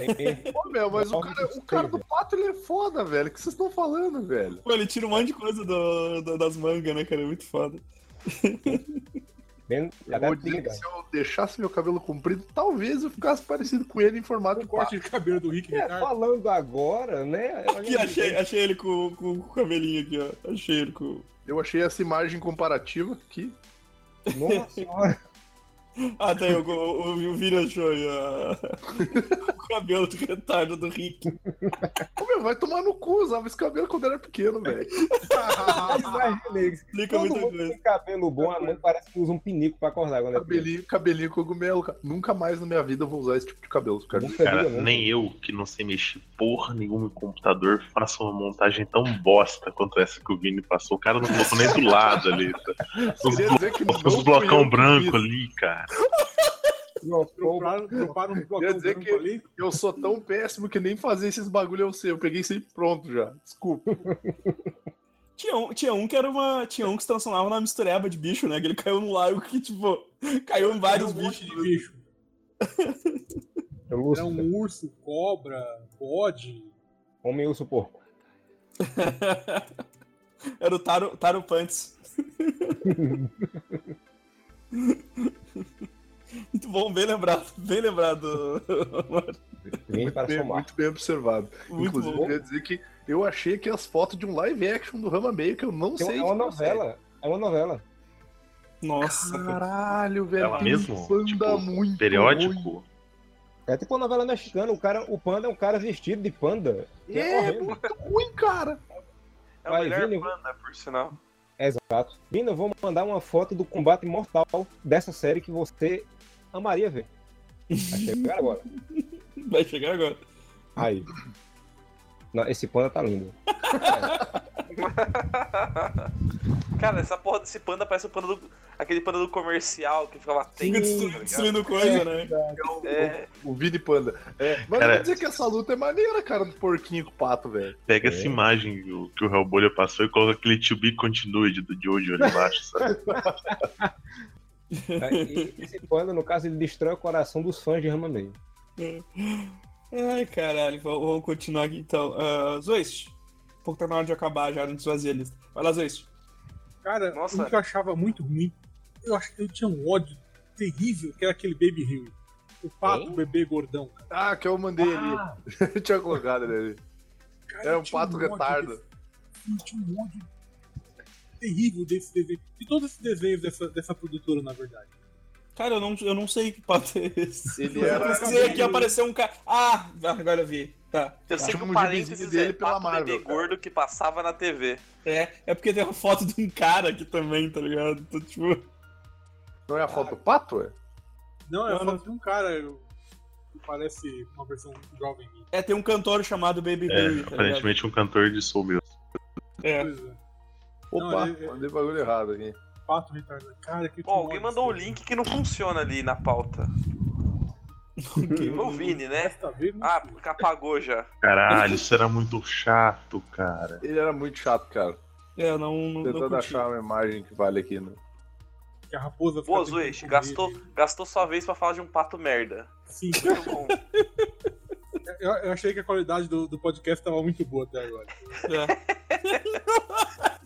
E: Pô, meu, mas o cara, o cara do pato ele é foda, velho. O que vocês estão falando, velho?
B: Pô, ele tira um monte de coisa do- do- das mangas, né, cara? É muito foda.
H: Vendo?
E: Eu vou dizer que se eu deixasse meu cabelo comprido, talvez eu ficasse parecido com ele em formato de corte.
F: Corte de cabelo do Rick
H: É,
F: Ricardo.
H: falando agora, né?
B: Aqui, achei, achei ele com, com, com o cabelinho aqui, ó. Achei ele com.
E: Eu achei essa imagem comparativa aqui.
H: Nossa senhora.
B: Ah, tem o, o, o Vira Show aí, ó. ah. O cabelo do retardo do Rick.
E: Ô, meu, vai tomar no cu, usava esse cabelo quando era pequeno, velho.
H: Imaginei.
B: Explica
H: Todo
B: muita
H: mundo
B: coisa.
H: tem cabelo bom, a mãe parece que usa um pinico pra acordar quando é pequeno.
E: Cabelinho, cabelinho cogumelo, cara. Nunca mais na minha vida eu vou usar esse tipo de cabelo, cara.
H: Nunca
F: é
D: Cara,
H: vi, né?
D: nem eu, que não sei mexer porra nenhuma em computador, faço uma montagem tão bosta quanto essa que o Vini passou. O cara não colocou nem do lado ali. Tá? Os,
E: Queria dizer que
D: blo-
E: não
D: os
E: fui eu
D: blocão
E: que
D: branco
E: fiz.
D: ali, cara.
H: Trocou
F: Troparam, troparam um
E: Quer
F: blocão
E: dizer
F: branco
E: que-
F: ali.
E: Eu sou tão péssimo que nem fazer esses bagulho eu sei. Eu peguei isso aí pronto já. Desculpa.
B: Tinha um, tinha um que era uma. Tinha um que se transformava numa mistureba de bicho, né? Que ele caiu num lago que, tipo, caiu em vários
F: Um monte
B: bichos.
F: de bicho.
H: urso,
F: Era um urso, cobra, bode.
H: Homem urso porco.
B: Era o Taro, Taro Pants. Muito bom, bem lembrado, bem lembrado. Amaro.
H: Vem para
E: Bem-
H: somar.
E: é muito bem observado.
B: Muito
E: Inclusive,
B: bom.
E: eu queria dizer que eu achei aqui as fotos de um live action do Rama Meio que eu não
H: Tem uma-
E: sei.
H: é uma
E: de qual série.
H: novela. É uma novela.
B: Nossa, cara.
E: Caralho, velho.
D: Ela
E: tem
D: mesmo?
E: um Panda
D: Tipo,
E: muito ruim.
D: Periódico.
H: É tipo uma novela mexicana. O, cara, o panda é um cara vestido de panda. Que é
E: É,
H: horrendo.
E: muito ruim, cara.
C: É o
H: Vai,
C: melhor
H: Vini.
C: banda, por sinal.
H: Exato. Vina, eu vou mandar uma foto do combate mortal dessa série que você amaria ver. Vai chegar agora.
B: Vai chegar agora.
H: Aí. Não, esse panda tá lindo.
C: Cara, essa porra desse panda parece o panda do. aquele panda do comercial que ficava
B: Fica
C: atento.
B: destru-
C: tá ligado?
B: destruindo coisa, né?
C: É,
E: O Vini Panda. É, mas
D: Cara-
E: eu vou dizer que essa luta é maneira, cara, do porquinho com o pato, velho.
D: Pega
F: É.
D: essa imagem que o- que o Hellbolha passou e coloca aquele to be continued do Jojo ali embaixo, sabe?
H: Aí, É, Esse panda, no caso, ele destrói o coração dos fãs de Rama Meio.
B: É. Ai, caralho, vamos vamos continuar aqui então. Uh, Zoist, um pouco tá na hora de acabar já, não desvazia a lista. Vai lá, Zoist.
F: Cara,
C: Nossa.
F: um que eu achava muito ruim. Eu acho que eu tinha um ódio terrível, que era aquele Baby Rio. O pato,
H: Hein?
F: o bebê gordão. cara.
E: Ah, que eu mandei ali. Eu tinha colocado ele ali.
C: É,
F: Cara,
E: Era
F: eu
E: um
F: tinha
E: pato
F: ódio
E: retardo.
F: desse- eu tinha um ódio terrível desse desenho. De todos esses desenhos dessa, dessa produtora, na verdade.
B: Cara, eu não, eu não sei que pato é esse.
E: Ele
B: Eu
E: era.
B: precisei aqui aparecer um cara. Ah, agora eu vi. Tá.
C: eu sei
E: Tinha
C: que
E: um
C: o parênteses
E: gibizinho dele
C: dele é
E: pela
C: pato bebê
E: Marvel, cara.
C: gordo que passava na TV.
B: É, é porque tem uma foto de um cara aqui também, tá ligado? Tô, tipo,
E: Não é a foto do pato? É?
F: Não, é
B: Não,
F: foto de um cara eu- que parece uma versão jovem. minha.
B: é, tem um cantor chamado Baby
D: É,
B: Blue, tá ligado?
D: aparentemente um cantor de soul music.
B: É.
F: Coisa.
E: Opa,
F: Não, ele-
E: mandei bagulho errado aqui.
F: Pato retardado. Cara, que um
C: Bom, alguém mandou o link que não funciona ali na pauta.
B: Ok.
C: O Vini, né?
F: Desta vez não
C: Ah,
F: sei.
C: porque apagou já.
D: Caralho, isso era muito chato, cara.
E: Ele era muito chato, cara.
B: É, não, não, não
E: Tentando
B: curti.
E: achar uma imagem que vale aqui, né?
F: que a raposa
C: Boa,
F: tentando
C: Zueix,
F: comer
C: gastou,
F: ele.
C: gastou sua vez pra falar de um pato merda.
F: Sim,
C: Muito bom.
F: eu, eu achei que a qualidade do, do podcast tava muito boa até agora.
B: É.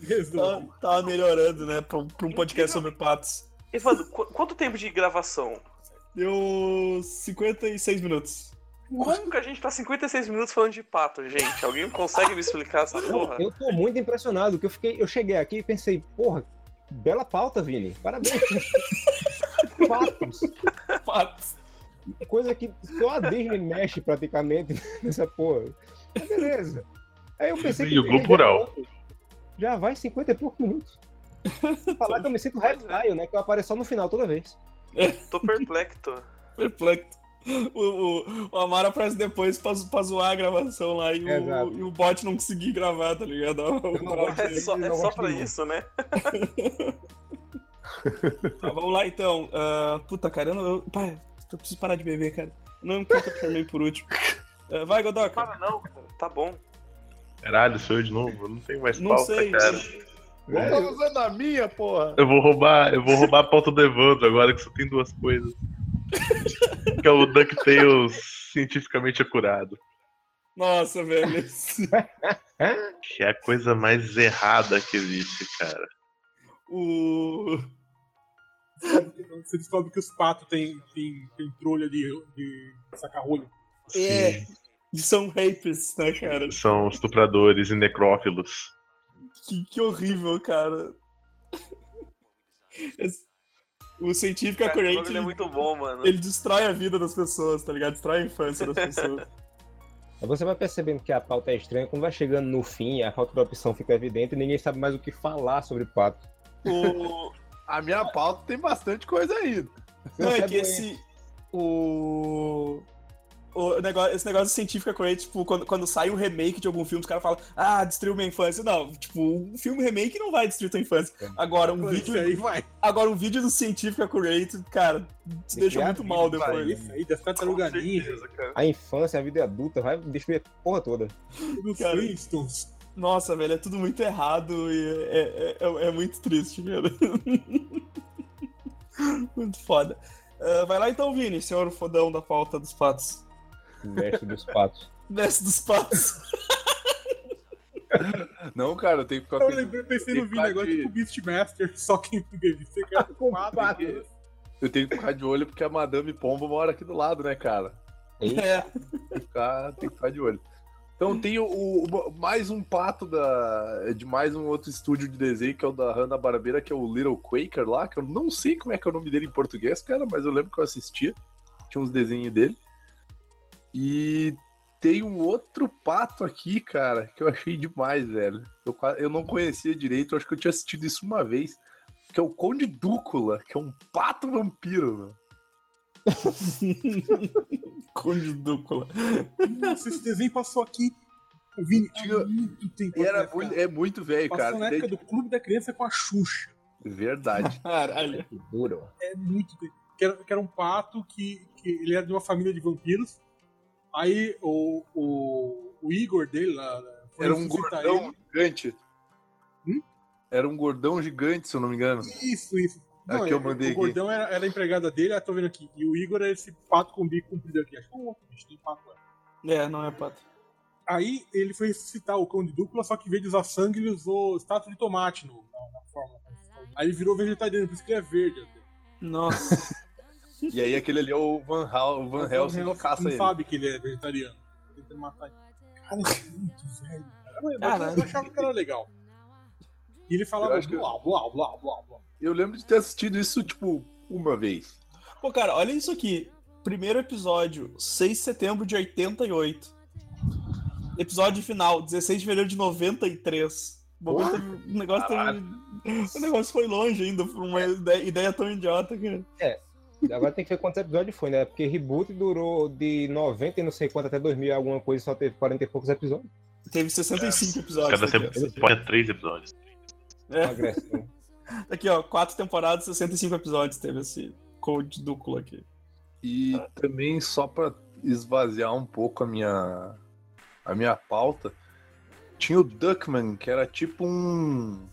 F: Resumo.
B: Tava, tava Tá, melhorando, né? Pra, um- pra um podcast sobre patos.
C: Evandro, qu- quanto tempo de gravação?
B: Deu 56 minutos.
C: Como que a gente tá 56 minutos falando de pato, gente? Alguém consegue me explicar essa porra?
H: Eu tô muito impressionado, que eu fiquei, eu cheguei aqui e pensei, porra, bela pauta, Vini. Parabéns. Fatos.
B: Fatos.
H: Coisa que só a Disney mexe praticamente nessa porra. Mas beleza. Aí eu pensei
D: E o Globo
H: é
D: Rural.
H: Já vai 50 e poucos minutos. Falar que eu me sinto reptile, né? Que eu apareço só no final toda vez.
C: Tô perplexo.
B: Perplexo. O, o, o Amaro aparece depois pra, zo- pra zoar a gravação lá e,
H: É, exato.
B: o, e o bot não conseguir gravar, tá ligado? O- o-
H: não gosto
C: É só, é só pra isso, né?
B: Tá, vamos lá então. Ah, puta, cara, eu, não- eu, pai, eu preciso parar de beber, cara. Não me conta que eu chamei por último. Ah, vai, Godoka.
C: Para não, cara. Tá bom.
D: Caralho, sou eu de novo? Eu não tenho mais
B: Não
D: pauta,
B: sei.
D: cara.
E: Eu tava usando a minha, porra.
D: Eu vou roubar, eu vou roubar a pauta do Evandro agora, que só tem duas coisas. que é o DuckTales cientificamente acurado.
B: Nossa, velho.
D: Que é a coisa mais errada que existe, cara.
B: o.
F: Você descobre que os patos têm tem, tem trolha de, de saca-rolho.
B: É.
D: Sim,
B: São rapists, né, cara?
D: São estupradores e necrófilos.
B: Que, que horrível, cara. Esse- O científico
C: Cara, o
B: acurado,
C: jogo ele é muito bom, mano.
B: ele destrói a vida das pessoas, tá ligado? Destrói a infância das pessoas.
H: Aí Você vai percebendo que a pauta é estranha, quando vai chegando no fim, a falta de opção fica evidente e ninguém sabe mais o que falar sobre pato.
B: O...
E: A minha pauta tem bastante coisa ainda.
B: Não, é
H: Você
B: que
H: doente.
B: esse. O. O negócio, esse negócio científico é corrente, tipo, quando, quando sai um remake de algum filme, os caras falam, ah, destruiu minha infância. Não, tipo, um filme remake não vai destruir tua infância.
H: É.
B: Agora, um
F: Isso
B: vídeo,
F: aí vai.
B: agora, um vídeo do científico accurate, cara, te
H: Tem
B: deixa
H: que
B: muito
H: abrir,
B: mal
H: vai.
B: depois.
F: Isso aí, das
C: Com
F: tartarugas ninja,
C: certeza, cara.
H: A infância, a vida adulta vai destruir a porra toda.
F: dos
B: Cara.
F: Flintstones.
B: Nossa, velho, é tudo muito errado e é, é- é- é muito triste, cara. muito foda. Ah, vai lá então, Vini, senhor fodão da pauta dos patos.
H: O mestre dos patos.
B: Desce dos patos.
E: Não, cara, eu tenho que ficar
F: Eu
E: com-
F: lembrei, pensei no
E: Tem
F: vídeo agora
E: que-
F: tipo Beastmaster, só que em português. Você quer
H: Com
F: pato.
H: pato.
E: Eu tenho que ficar de olho porque a Madame Pomba mora aqui do lado, né, cara?
B: É.
E: Tem que ficar, tem que ficar de olho. Então tem o, o- mais um pato da, de mais um outro estúdio de desenho, que é o da Hanna Barbeira, que é o Little Quaker lá, que eu não sei como é que é o nome dele em português, cara, mas eu lembro que eu assistia. Tinha uns desenhos dele. E tem um outro pato aqui, cara, que eu achei demais, velho. Eu, qua- eu não conhecia direito, eu acho que eu tinha assistido isso uma vez. Que é o Conde Dúcula, que é um pato vampiro, mano.
B: Conde Dúcula.
F: Nossa, esse desenho passou aqui. O Vini tinha
E: Tinha-
F: muito tempo.
E: E era
F: atrás,
E: muito,
F: né, cara.
E: é muito velho,
F: Passou
E: cara.
F: na
E: Daí-
F: época do Clube da Criança com a Xuxa.
E: Verdade.
B: Caralho.
H: Que duro.
F: É muito tempo. Que era, que era um pato que, que ele era de uma família de vampiros. Aí o, o, o Igor dele lá né, foi
E: Era um
F: ressuscitar
E: gordão gigante.
F: Hum?
E: Era um gordão gigante, se eu não me engano.
F: ele. Isso, isso.
E: Aqui
F: é-
E: eu mandei
F: o
E: aqui.
F: gordão era, era a empregada dele, ah, tô vendo aqui. E o Igor era esse pato com bico comprido aqui. Acho que é um outro bicho, tem pato lá.
B: É, não é pato.
F: Aí ele foi ressuscitar o cão de dupla, só que em vez de usar sangue, ele usou estátua de tomate no, na, na forma. né, Aí ele virou vegetariano, por isso que ele é verde. até.
B: Nossa.
E: E aí aquele ali é o Van, Hal, o
F: É
E: Van Helsing
F: não,
E: que caça
F: não
E: ele.
F: sabe que ele é vegetariano. Ele tenta matar ele. Cara, isso é muito velho. Cara. Mas
B: Caralho.
F: Eu achava que era legal. E ele
E: Eu
F: falava
E: acho que-
F: blá, blá, blá, blá, blá.
E: Eu lembro de ter assistido isso, tipo, uma vez.
B: Pô, cara, olha isso aqui. Primeiro episódio, 6 de setembro de 88. Episódio final, 16 de fevereiro de 93. O, bagulho teve- o negócio teve- o negócio foi longe ainda, por uma ide- ideia tão idiota, cara.
H: Agora tem que ver quantos episódios foi, né? Porque reboot durou de 90 e não sei quanto até 2000 e alguma coisa, só teve 40 e poucos episódios.
B: Teve 65 episódios.
D: Cada
B: aqui,
D: tempo pode ter três episódios.
B: ó. É.
H: Uma agressão.
B: Aqui, ó, quatro temporadas, 65 episódios teve esse Code Dúcula aqui.
E: E também só pra esvaziar um pouco a minha a minha pauta, tinha o Duckman, que era tipo um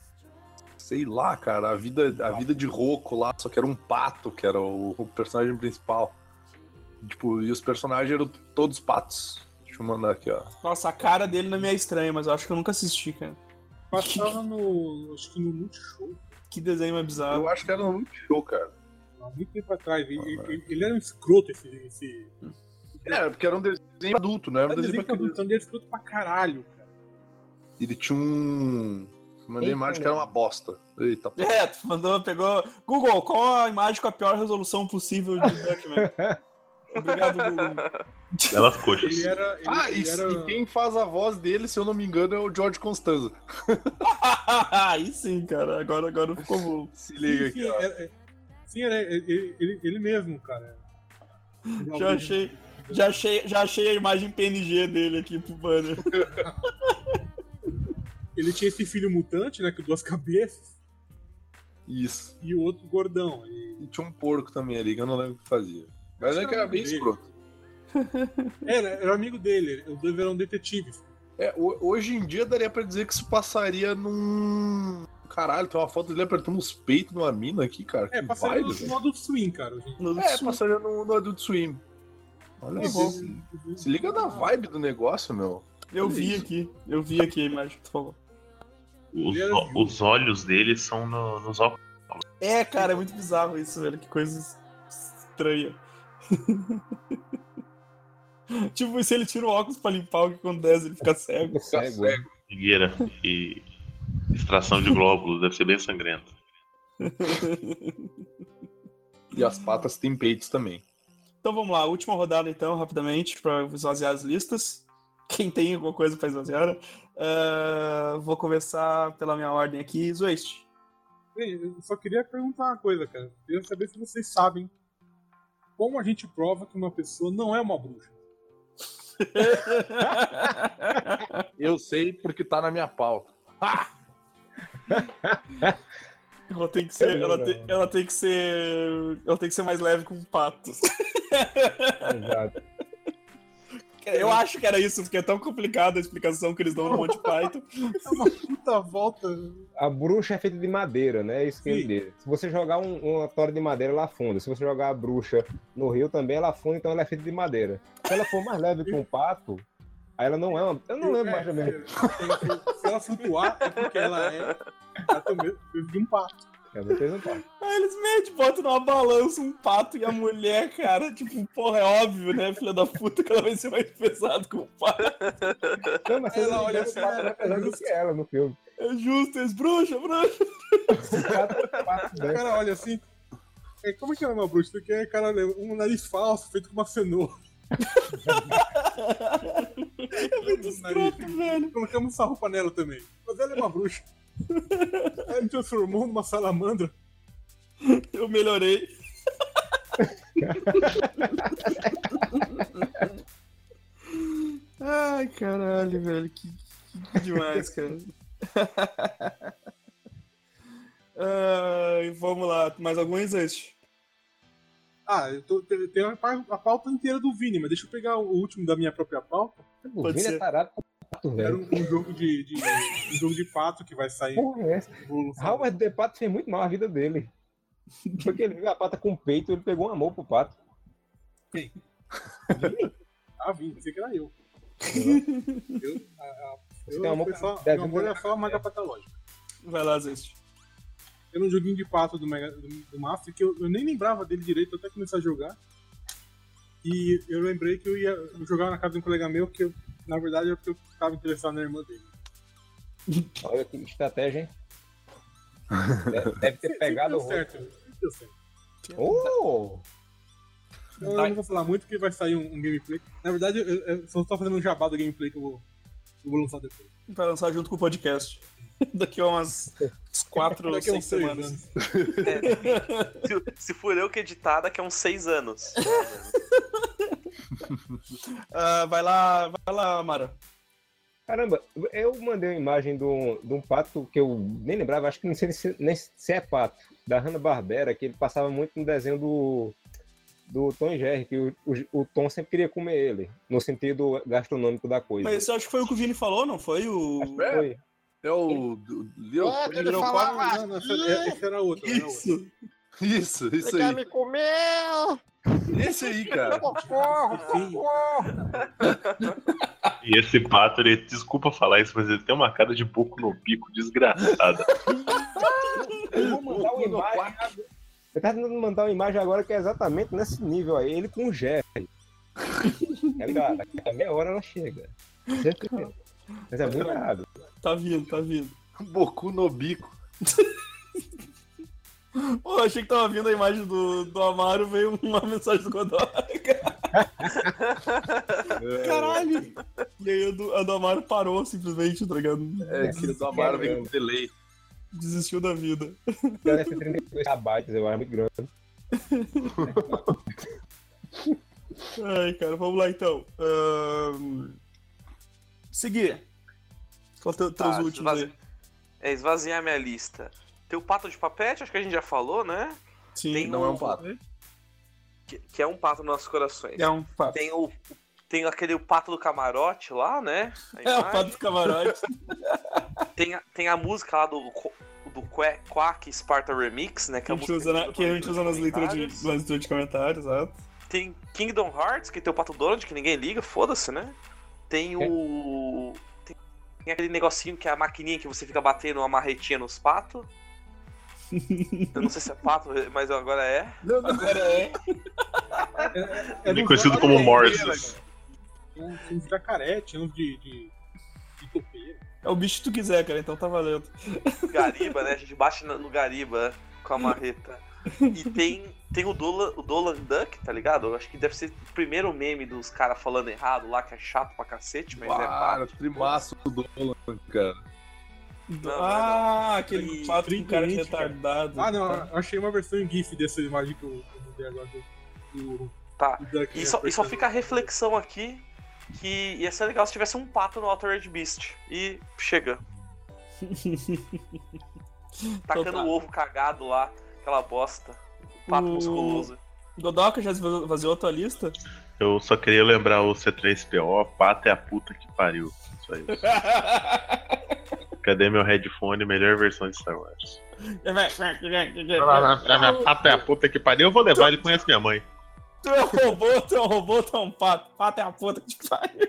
E: sei lá, cara, a vida a vida de Roco lá, só que era um pato, que era o, o personagem principal. Tipo, e os personagens eram todos patos. Deixa eu mandar aqui, ó.
B: Nossa, a cara dele não me é estranha, mas eu acho que eu nunca assisti, cara.
F: Passava no. Acho que no Multishow,
B: Que desenho mais bizarro.
E: Eu acho que era um muito show, cara.
F: há muito tempo atrás. Ele, ele- ele era um escroto esse, esse,
E: Era, porque era um desenho adulto, não era um
F: Mas
E: desenho
F: desenho
E: pra criança.
F: adulto, é um desenho escroto pra caralho.
E: Ele tinha um. Mandei
H: Eita,
E: imagem que era uma bosta. Eita, porra.
B: É, tu mandou, pegou. Google, qual a imagem com a pior resolução possível de Duckman? Obrigado, Google.
D: Belas coxas.
F: Ele é- era. Ele,
E: Ah, e,
F: ele era...
E: e quem faz a voz dele, se eu não me engano, é o George Costanza.
B: Aí sim, cara. Agora, agora ficou bom.
E: Se liga
F: Sim,
E: aqui, ó.
F: era- é- sim, era ele, ele, ele mesmo, cara.
B: Já achei, já achei, já achei a imagem PNG dele aqui pro banner.
F: Ele tinha esse filho mutante, né? Com duas cabeças,
E: Isso.
F: e o outro gordão. E-
E: E tinha um porco também ali, que eu não lembro o que fazia. Mas é que era bem
F: Sim.
E: escroto.
F: Era, era amigo dele, os dois eram detetives.
E: É, ho- hoje em dia daria pra dizer que isso passaria num. Caralho, tem uma foto dele apertando os peitos numa mina aqui, cara.
F: É,
E: Que
F: passaram
E: vibe,
F: no,
E: velho.
F: no Adult Swim, cara. Gente.
B: No
E: É,
B: sul.
E: passaria no, no Adult Swim. Olha
B: Tá
E: isso.
B: bom.
E: Se, se liga na vibe do negócio, meu.
B: eu vi aqui, eu vi aqui a imagem que tu falou.
D: Os,
F: Ele era
D: ó-
F: viúvo.
D: os olhos dele são no- nos óculos.
B: É, cara, é muito bizarro isso, velho. Que coisa estranha. tipo, se ele tira o óculos pra limpar, o que acontece? Ele fica cego.
H: Cego. é
D: Cegueira e extração de glóbulos. Deve ser bem sangrento.
E: E as patas têm peitos também.
B: Então vamos lá, última rodada então, rapidamente, pra esvaziar as listas. Quem tem alguma coisa pra esvaziar. né? Ah, vou começar pela minha ordem aqui. Zoist,
F: Bem, eu só queria perguntar uma coisa, cara. Eu Queria saber se vocês sabem como a gente prova que uma pessoa não é uma bruxa.
E: Eu sei porque tá na minha pauta.
B: ela tem que ser, ela tem, ela tem que ser, ela tem que ser mais leve que um pato.
H: Exato.
B: Eu acho que era isso, porque é tão complicada a explicação que eles dão no Monty Python.
F: É uma puta volta.
H: A bruxa é feita de madeira, né? É isso que ele
F: Sim.
H: diz. Se você jogar um- uma tora de madeira, ela afunda. Se você jogar a bruxa no rio também, ela afunda, então ela é feita de madeira. Se ela for mais leve que um pato, aí ela não é uma. Eu não lembro mais ou menos.
F: É, se ela flutuar, é porque ela é. Ela tem o mesmo peso de um pato.
H: Ela não fez um pato.
B: Aí eles meio que botam numa balança um pato e a mulher, cara, tipo, porra, é óbvio, né, filha da puta, que ela vai ser mais pesada que o pato.
H: Não, mas
F: Ela
H: ela
F: olha
H: olha
F: assim,
H: ela é pesada do que ela no filme.
B: É justo, eles bruxa, bruxa.
H: Um pato, um pato
F: O
H: dessa.
F: cara olha assim. É, como é que ela é uma bruxa? Porque é, cara, um nariz falso feito com uma cenoura.
B: É muito
F: Um
B: escroto, velho.
F: Colocamos essa roupa nela também. Mas ela é uma bruxa. Ela me transformou numa salamandra.
B: Eu melhorei. Ai, caralho, velho. Que, que- que demais, cara. Ai, vamos lá. Mais algum existe?
F: Ah, eu tô, tem tem a, pa- a pauta inteira do Vini, mas deixa eu pegar o último da minha própria pauta.
H: O Vini
B: ser.
H: é tarado com pato,
F: Era
H: velho.
F: um, um jogo de, de- um jogo de pato que vai sair.
H: Porra, é essa?
F: Vou lançar.
H: Howard The Pato fez muito mal a vida dele. Porque ele viu a pata com o peito, ele pegou um amor pro pato.
F: Ah, Vini, pensei que era eu. Eu, a, a,
H: Você
F: eu,
H: tem um amor
F: foi só-
H: pra-
F: meu amor é só a maga patológica.
B: Vai lá, existe.
F: Era um joguinho de pato do, Mega, do, do Master que eu, eu nem lembrava dele direito até começar a jogar. E eu lembrei que eu ia jogar na casa de um colega meu, que eu, na verdade era porque eu ficava interessado na irmã dele.
H: Olha que estratégia, hein? Deve- Deve ter pegado
F: Deu
H: o rosto.
F: certo, sempre deu certo.
H: Oh!
F: Eu
C: Tá.
F: não vou falar muito porque vai sair um, um gameplay. Na verdade, eu, eu só tô fazendo um jabá do gameplay que eu vou, que eu vou lançar depois.
B: Vai lançar junto com o podcast. Daqui a umas uns quatro ou
F: Daqui a uns
B: seis
F: três
B: semanas.
F: anos.
C: é, Se, se for eu que editar, daqui a uns seis anos.
B: Ah, vai lá, vai lá, Mara.
H: Caramba, eu mandei uma imagem de um, de um pato que eu nem lembrava, acho que não sei se, nem se é pato, da Hanna-Barbera, que ele passava muito no desenho do, do Tom e Jerry, que o, o, o Tom sempre queria comer ele, no sentido gastronômico da coisa.
B: Mas eu acho que foi o que o Vini falou, não foi? O...
H: Acho que foi.
E: É o. do- Leo-
I: Ah, que ele
B: Não,
I: falava
F: Não, não, essa, é-
I: assim,
F: essa era outra. Era outra.
B: Isso.
E: né, Isso,
I: você
E: isso
I: quer
E: aí.
I: me comer?
E: Esse aí, cara.
I: Socorro, socorro.
D: E esse pato, ele, desculpa falar isso, mas ele tem uma cara de buco no bico desgraçada.
H: Eu vou mandar uma imagem. Eu tava tentando mandar uma imagem agora que é exatamente nesse nível aí, ele com o Jerry. É cara, a meia hora ela chega. Certeza. Mas é muito errado.
B: Tá vindo, tá vindo.
E: Boku no bico.
B: Pô, achei que tava vindo a imagem do, do Amaro, veio uma mensagem do Godoy. Caralho! E aí a do, a do Amaro parou simplesmente, tá ligado?
E: É, que do Amaro vem com delay.
B: Desistiu da vida.
H: Deve é ser 32 KB, eu acho muito grande.
B: Ai, cara, vamos lá então. Ahn, Seguir. Qual é teu, teus
C: Tá,
B: últimos
C: esvazi-
B: aí?
C: É, esvaziar minha lista. Tem o pato de papete, acho que a gente já falou, né?
B: Sim,
C: tem
E: Não é um pato.
C: Que, que é um pato nos nossos corações.
B: É um pato.
C: Tem o. Tem aquele pato do camarote lá, né? A
B: É o
C: imagem.
B: pato do camarote.
C: Tem, a, tem a música lá do, co- do Que- Quack Sparta Remix, né?
B: Que
C: Que,
B: a
C: é
B: gente
C: música
B: usa, na,
C: eu
B: que a gente
C: tô
B: usa nas
C: nos
B: leituras de,
C: comentários.
B: nas leituras de comentários, exato.
C: Tem Kingdom Hearts, que tem o Pato Donald, que ninguém liga, foda-se, né? Tem o.
B: É.
C: Tem, tem aquele negocinho que é a maquininha que você fica batendo uma marretinha nos patos. Eu não sei se é pato, mas agora é.
B: Agora é.
F: É
D: Ele é
F: do
D: conhecido
F: Jorge
D: como
F: Oliveira,
D: Morses.
F: cara. Tem uns- tem uns um jacaré, tinha uns de. de, de topeira.
B: É o bicho que tu quiser, cara, então tá valendo.
C: Gariba, né? A gente bate na- no Gariba né? com a marreta. E tem, tem o, Dolan, o Dolan Duck, tá ligado? Eu acho que deve ser o primeiro meme dos caras falando errado lá, que é chato pra cacete, mas é pato.
E: Para, trimaço do Dolan, cara.
C: não, não.
B: ah, aquele
C: E-
B: pato com cara de
F: Brinquedo, cara.
B: retardado.
F: Ah, não, eu achei uma versão em GIF dessa imagem que eu, que eu mudei agora do. do
C: Tá.
F: do Duck,
C: E só, e
F: né,
C: só
F: apertando.
C: fica a reflexão aqui que ia ser legal se tivesse um pato no Altered Beast. E chega. Tacando
B: Então tá.
C: o ovo cagado lá, aquela bosta. O pato
B: O-
C: musculoso.
B: Godoka já esvaziou a tua lista?
D: Eu só queria lembrar o C3PO, pato é a puta que pariu. Isso aí. Cadê meu headphone, melhor versão de Star Wars? Pato é a puta que pariu, eu vou levar, ele conhece minha mãe.
B: Tu é um robô, tu é um robô, tu é um pato. Pato é a puta que te pariu.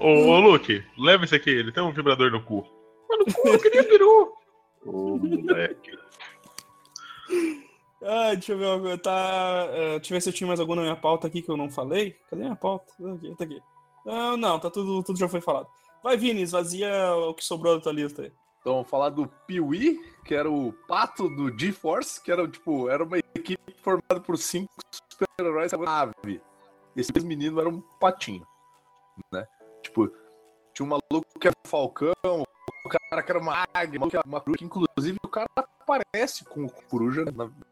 D: Ô, ô Luke, leva esse aqui, ele tem um vibrador no cu. Mas no cu, eu queria peru. Ô, moleque.
B: Ah, deixa eu ver uma coisa. Tá, eh, deixa eu ver se eu tinha mais alguma na minha pauta aqui que eu não falei. Cadê minha pauta? Tá aqui. Tá aqui. Não, não, tá tudo, tudo já foi falado. Vai, Vini, esvazia o que sobrou da tua lista aí.
E: Então, vamos falar do Piuí, que era o pato do G-Force, que era tipo, era uma equipe formada por cinco super-heróis que eram ave. Esse menino era um patinho, né? Tipo, tinha um maluco que era falcão, o cara que era uma águia, o maluco que era uma coruja, que inclusive o cara aparece com coruja na vida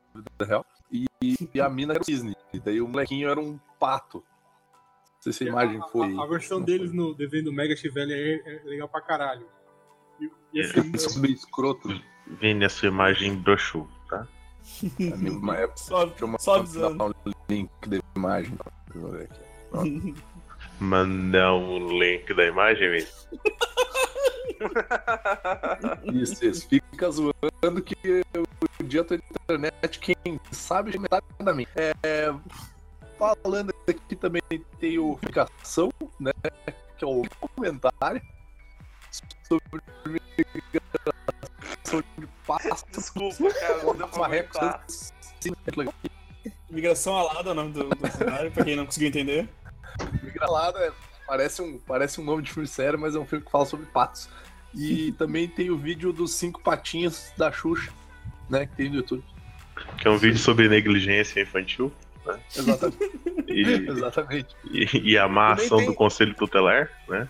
E: real, e, e a mina era o cisne. E daí o molequinho era um pato. Não sei se a imagem foi...
F: A, a versão
E: não
F: deles
E: foi.
F: no desenho do Mega XL é, é legal pra caralho. E, e assim,
E: Isso é meio escroto, né?
D: Vini, a sua imagem broxou, tá?
E: na
C: Uhum.
E: mesma época.
B: Sobe,
E: Deixa eu
B: Só
E: mandar
B: avisando.
E: um link da imagem. Deixa eu ver aqui.
D: Mandar um link da imagem, Vini.
E: Isso, isso. Fica zoando que o dia da internet, quem sabe, já é metade da minha. É, falando aqui também tem o Ficação, né? Que é o comentário sobre migração de passos.
C: Desculpa, cara, não deu pra
E: Marrecos.
C: aguentar.
E: Sim, é legal.
B: Migração alada é o nome do, do cenário, pra quem não conseguiu entender.
E: Migralada é- parece um, parece um nome de filme sério, mas é um filme que fala sobre patos. E também tem o vídeo dos cinco patinhos da Xuxa, né? Que tem no YouTube.
D: Que é um vídeo sobre negligência infantil
E: Exatamente.
D: e,
E: Exatamente.
D: e, e a má
E: Também
D: ação
E: tem-
D: do conselho tutelar, né?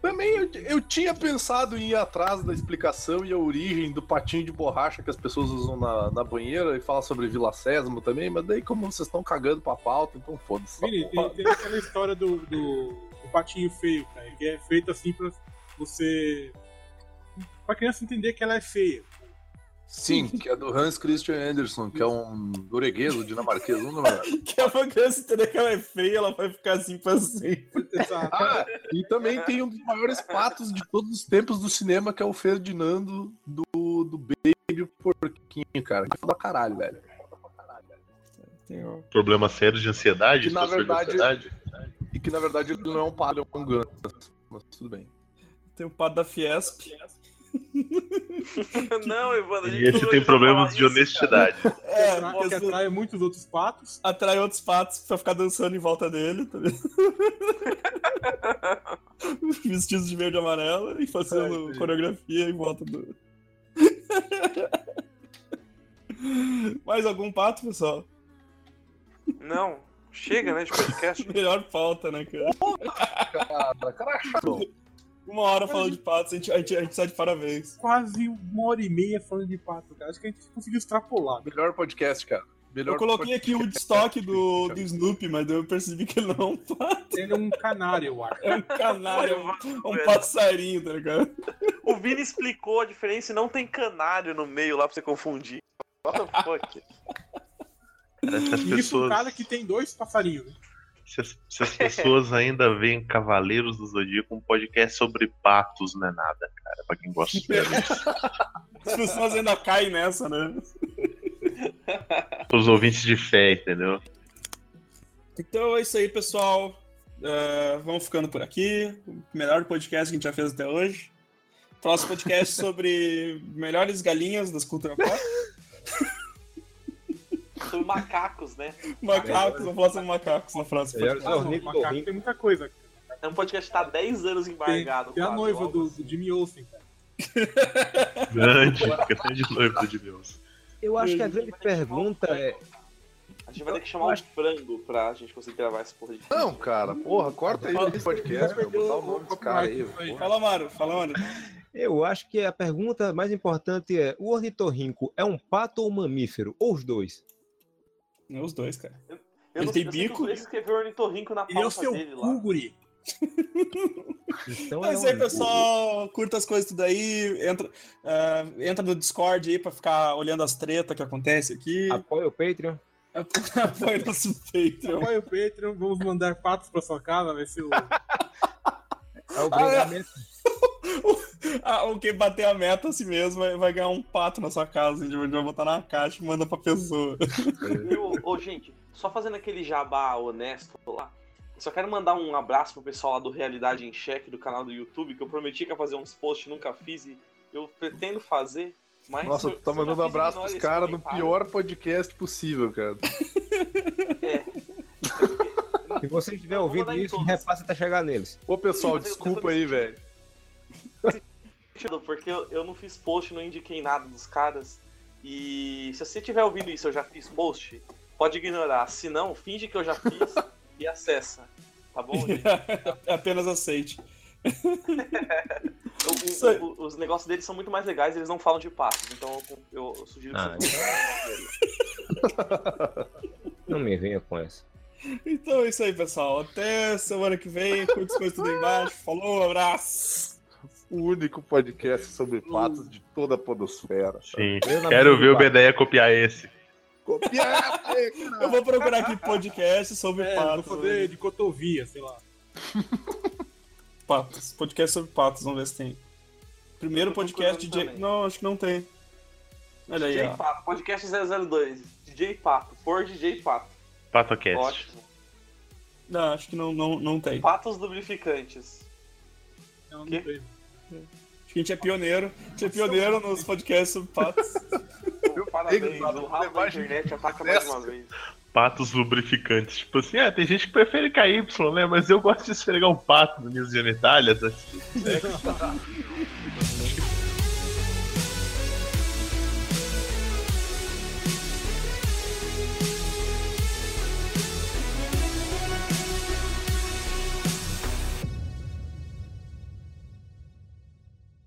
E: Também eu, eu tinha pensado em ir atrás da explicação e a origem do patinho de borracha que as pessoas usam na, na banheira e fala sobre Vila Sésamo também, mas daí como vocês estão cagando pra pauta, então foda-se.
F: Vini,
E: essa porra.
F: tem, tem aquela história do, do, do patinho feio, cara, que é feita assim pra você. pra criança entender que ela é feia.
E: Sim, que é do Hans Christian Andersen, que é um norueguês, um dinamarquês, um norueguês.
B: Que a criança entender que ela é feia, ela vai ficar assim pra sempre.
F: Exato.
E: Ah, e também tem um dos maiores patos de todos os tempos do cinema, que é o Ferdinando do, do Baby Porquinho, cara. Que é foda pra caralho, velho.
D: Problema sério de ansiedade,
E: Que, na
D: transtorno
E: verdade,
D: de ansiedade.
E: E que, na verdade, ele não é um pato, ele é um ganso. Mas tudo bem.
B: Tem o pato da Fiesp.
C: Não, Ivana, a gente
D: E esse
C: não
D: tem
C: vai
D: problemas
C: falar
D: de
C: isso, cara.
D: honestidade. Né?
B: É,
F: atrai-
B: porque
F: que
B: as-
F: atrai muitos outros patos.
B: atrai outros patos pra ficar dançando em volta dele, tá ligado? Vestidos de verde e amarelo e
F: Ai,
B: fazendo
F: entendi.
B: coreografia em volta do. Mais algum pato, pessoal?
C: Não. Chega, né, de podcast.
B: Melhor pauta, né, cara?
E: Cara, caralho.
B: Uma hora falando de patos, a gente, a gente, a gente sai de parabéns.
F: Quase uma hora e meia falando de pato, cara. Acho que a gente conseguiu extrapolar.
E: Melhor podcast, cara. Melhor
B: Eu coloquei aqui o estoque do, do Snoopy, mas eu percebi que ele não é um pato,
F: Ele é um canário, eu acho.
B: é um canário, é um, é um passarinho, tá ligado?
C: O Vini explicou a diferença e não tem canário no meio lá pra você confundir. What the fuck?
D: Cara, se as
F: E isso é um
D: pessoas,
F: cara que tem dois passarinhos. né?
D: se as, se as pessoas ainda veem Cavaleiros do Zodíaco, um podcast sobre patos não é nada, cara, pra quem gosta de
B: As pessoas ainda caem nessa, né?
D: os ouvintes de fé, entendeu?
B: Então é isso aí, pessoal. É, vamos ficando por aqui. O melhor podcast que a gente já fez até hoje. Próximo podcast sobre melhores galinhas das cultura pop.
C: Sobre macacos, né?
B: Macacos, vou falar sobre macacos na próxima.
H: Melhores
F: Ah, não, macaco
H: ornitorrincos.
F: tem muita coisa.
C: É um podcast que tá 10 anos
F: Tem,
C: embargado.
F: tem a
B: Ah,
C: quase,
F: noiva
C: logo.
F: do, do Jimmy Olsen, cara.
D: Grande, grande noivo de Deus.
H: Eu acho que a grande pergunta é.
C: A gente vai ter que chamar um frango pra gente conseguir gravar esse porra de
E: Não, cara, porra, corta aí esse podcast, meu. Botar o nome do cara aí. porra.
B: Fala, Mário, fala, Mário.
H: Eu acho que a pergunta mais importante é: o ornitorrinco é um pato ou mamífero? Ou os dois?
B: É Os dois, cara.
C: Eu
B: Ele
C: não
B: tem
C: eu sei
B: bico?
C: que o Chris escreveu ornitorrinco na
F: Ele é o
C: pauta
F: seu
C: dele lá.
F: Kuguri.
H: Então
B: Então é isso
H: um-
B: aí, pessoal. Curta as coisas tudo aí. Entra, ah, entra no Discord aí pra ficar olhando as tretas que acontece aqui.
H: Apoia o Patreon.
B: Apoia nosso Patreon.
F: Apoia o Patreon, vamos mandar patos pra sua casa, vai ser o...
H: É obrigamento.
B: Ah, o que bater a meta a si mesmo vai, vai ganhar um pato na sua casa. A gente vai vai botar na caixa e manda pra pessoa.
C: Ô, ô, gente, só fazendo aquele jabá honesto lá, eu só quero mandar um abraço pro pessoal lá do Realidade em Cheque, do canal do YouTube, que eu prometi que ia fazer uns posts, nunca fiz e eu pretendo fazer, mas...
E: Nossa,
C: eu-
E: tu tá
C: eu já
E: mandando
C: fiz
E: abraço
C: menor
E: pros
C: esse é um
E: caras no
C: comentário.
E: pior podcast possível, cara.
H: Se você estiver
C: Eu vou
H: ouvindo
C: mandar em
H: isso,
C: todos.
H: repassa até chegar neles.
E: Ô, pessoal,
C: Mas eu- eu tô
E: desculpa
C: me
E: aí, velho.
C: Porque eu, eu não fiz post, não indiquei nada dos caras. E se você tiver ouvindo isso, eu já fiz post, pode ignorar. Se não, finge que eu já fiz e acessa. Tá bom, gente?
B: Apenas aceite.
C: O- o-
B: Isso aí.
C: o- os negócios deles são muito mais legais, eles não falam de passos, então eu, eu- eu sugiro que
H: Ah,
C: vocês vão falar dele.
H: Então, Não me venha com essa.
B: Então é isso aí, pessoal. Até semana que vem. Curta as coisas tudo aí embaixo. Falou, abraço.
E: O único podcast sobre patos de toda a podosfera.
D: Sim.
H: Eu não
D: Quero ver o
H: acredito.
D: BDE copiar esse.
E: Copia!
B: Eu vou procurar aqui podcast sobre
F: É, vou
B: patos. né?
F: fazer de cotovia, sei lá.
B: Patos. Podcast sobre patos, vamos ver se tem. Primeiro
C: Eu tô
B: podcast de.
C: procurando
B: Jake-
C: também.
B: Não, acho que não tem. Olha aí,
C: DJ
B: ó.
C: Pato, podcast 002, DJ Pato, por DJ Pato.
D: Patocast.
C: Ótimo.
B: Não, acho que não, não, não tem.
C: Patos lubrificantes.
F: Não,
C: Quê?
F: não tem.
B: Acho que a gente é pioneiro. A gente é pioneiro nos podcasts sobre patos.
C: Parabéns,
E: Deus, Pato,
C: o rabo da
E: imagem
C: internet ataca mais
E: dessa.
C: uma vez.
D: Patos lubrificantes. Tipo assim, ah, tem gente que prefere KY, né? Mas eu gosto de esfregar um pato nas minhas genitálias. Assim.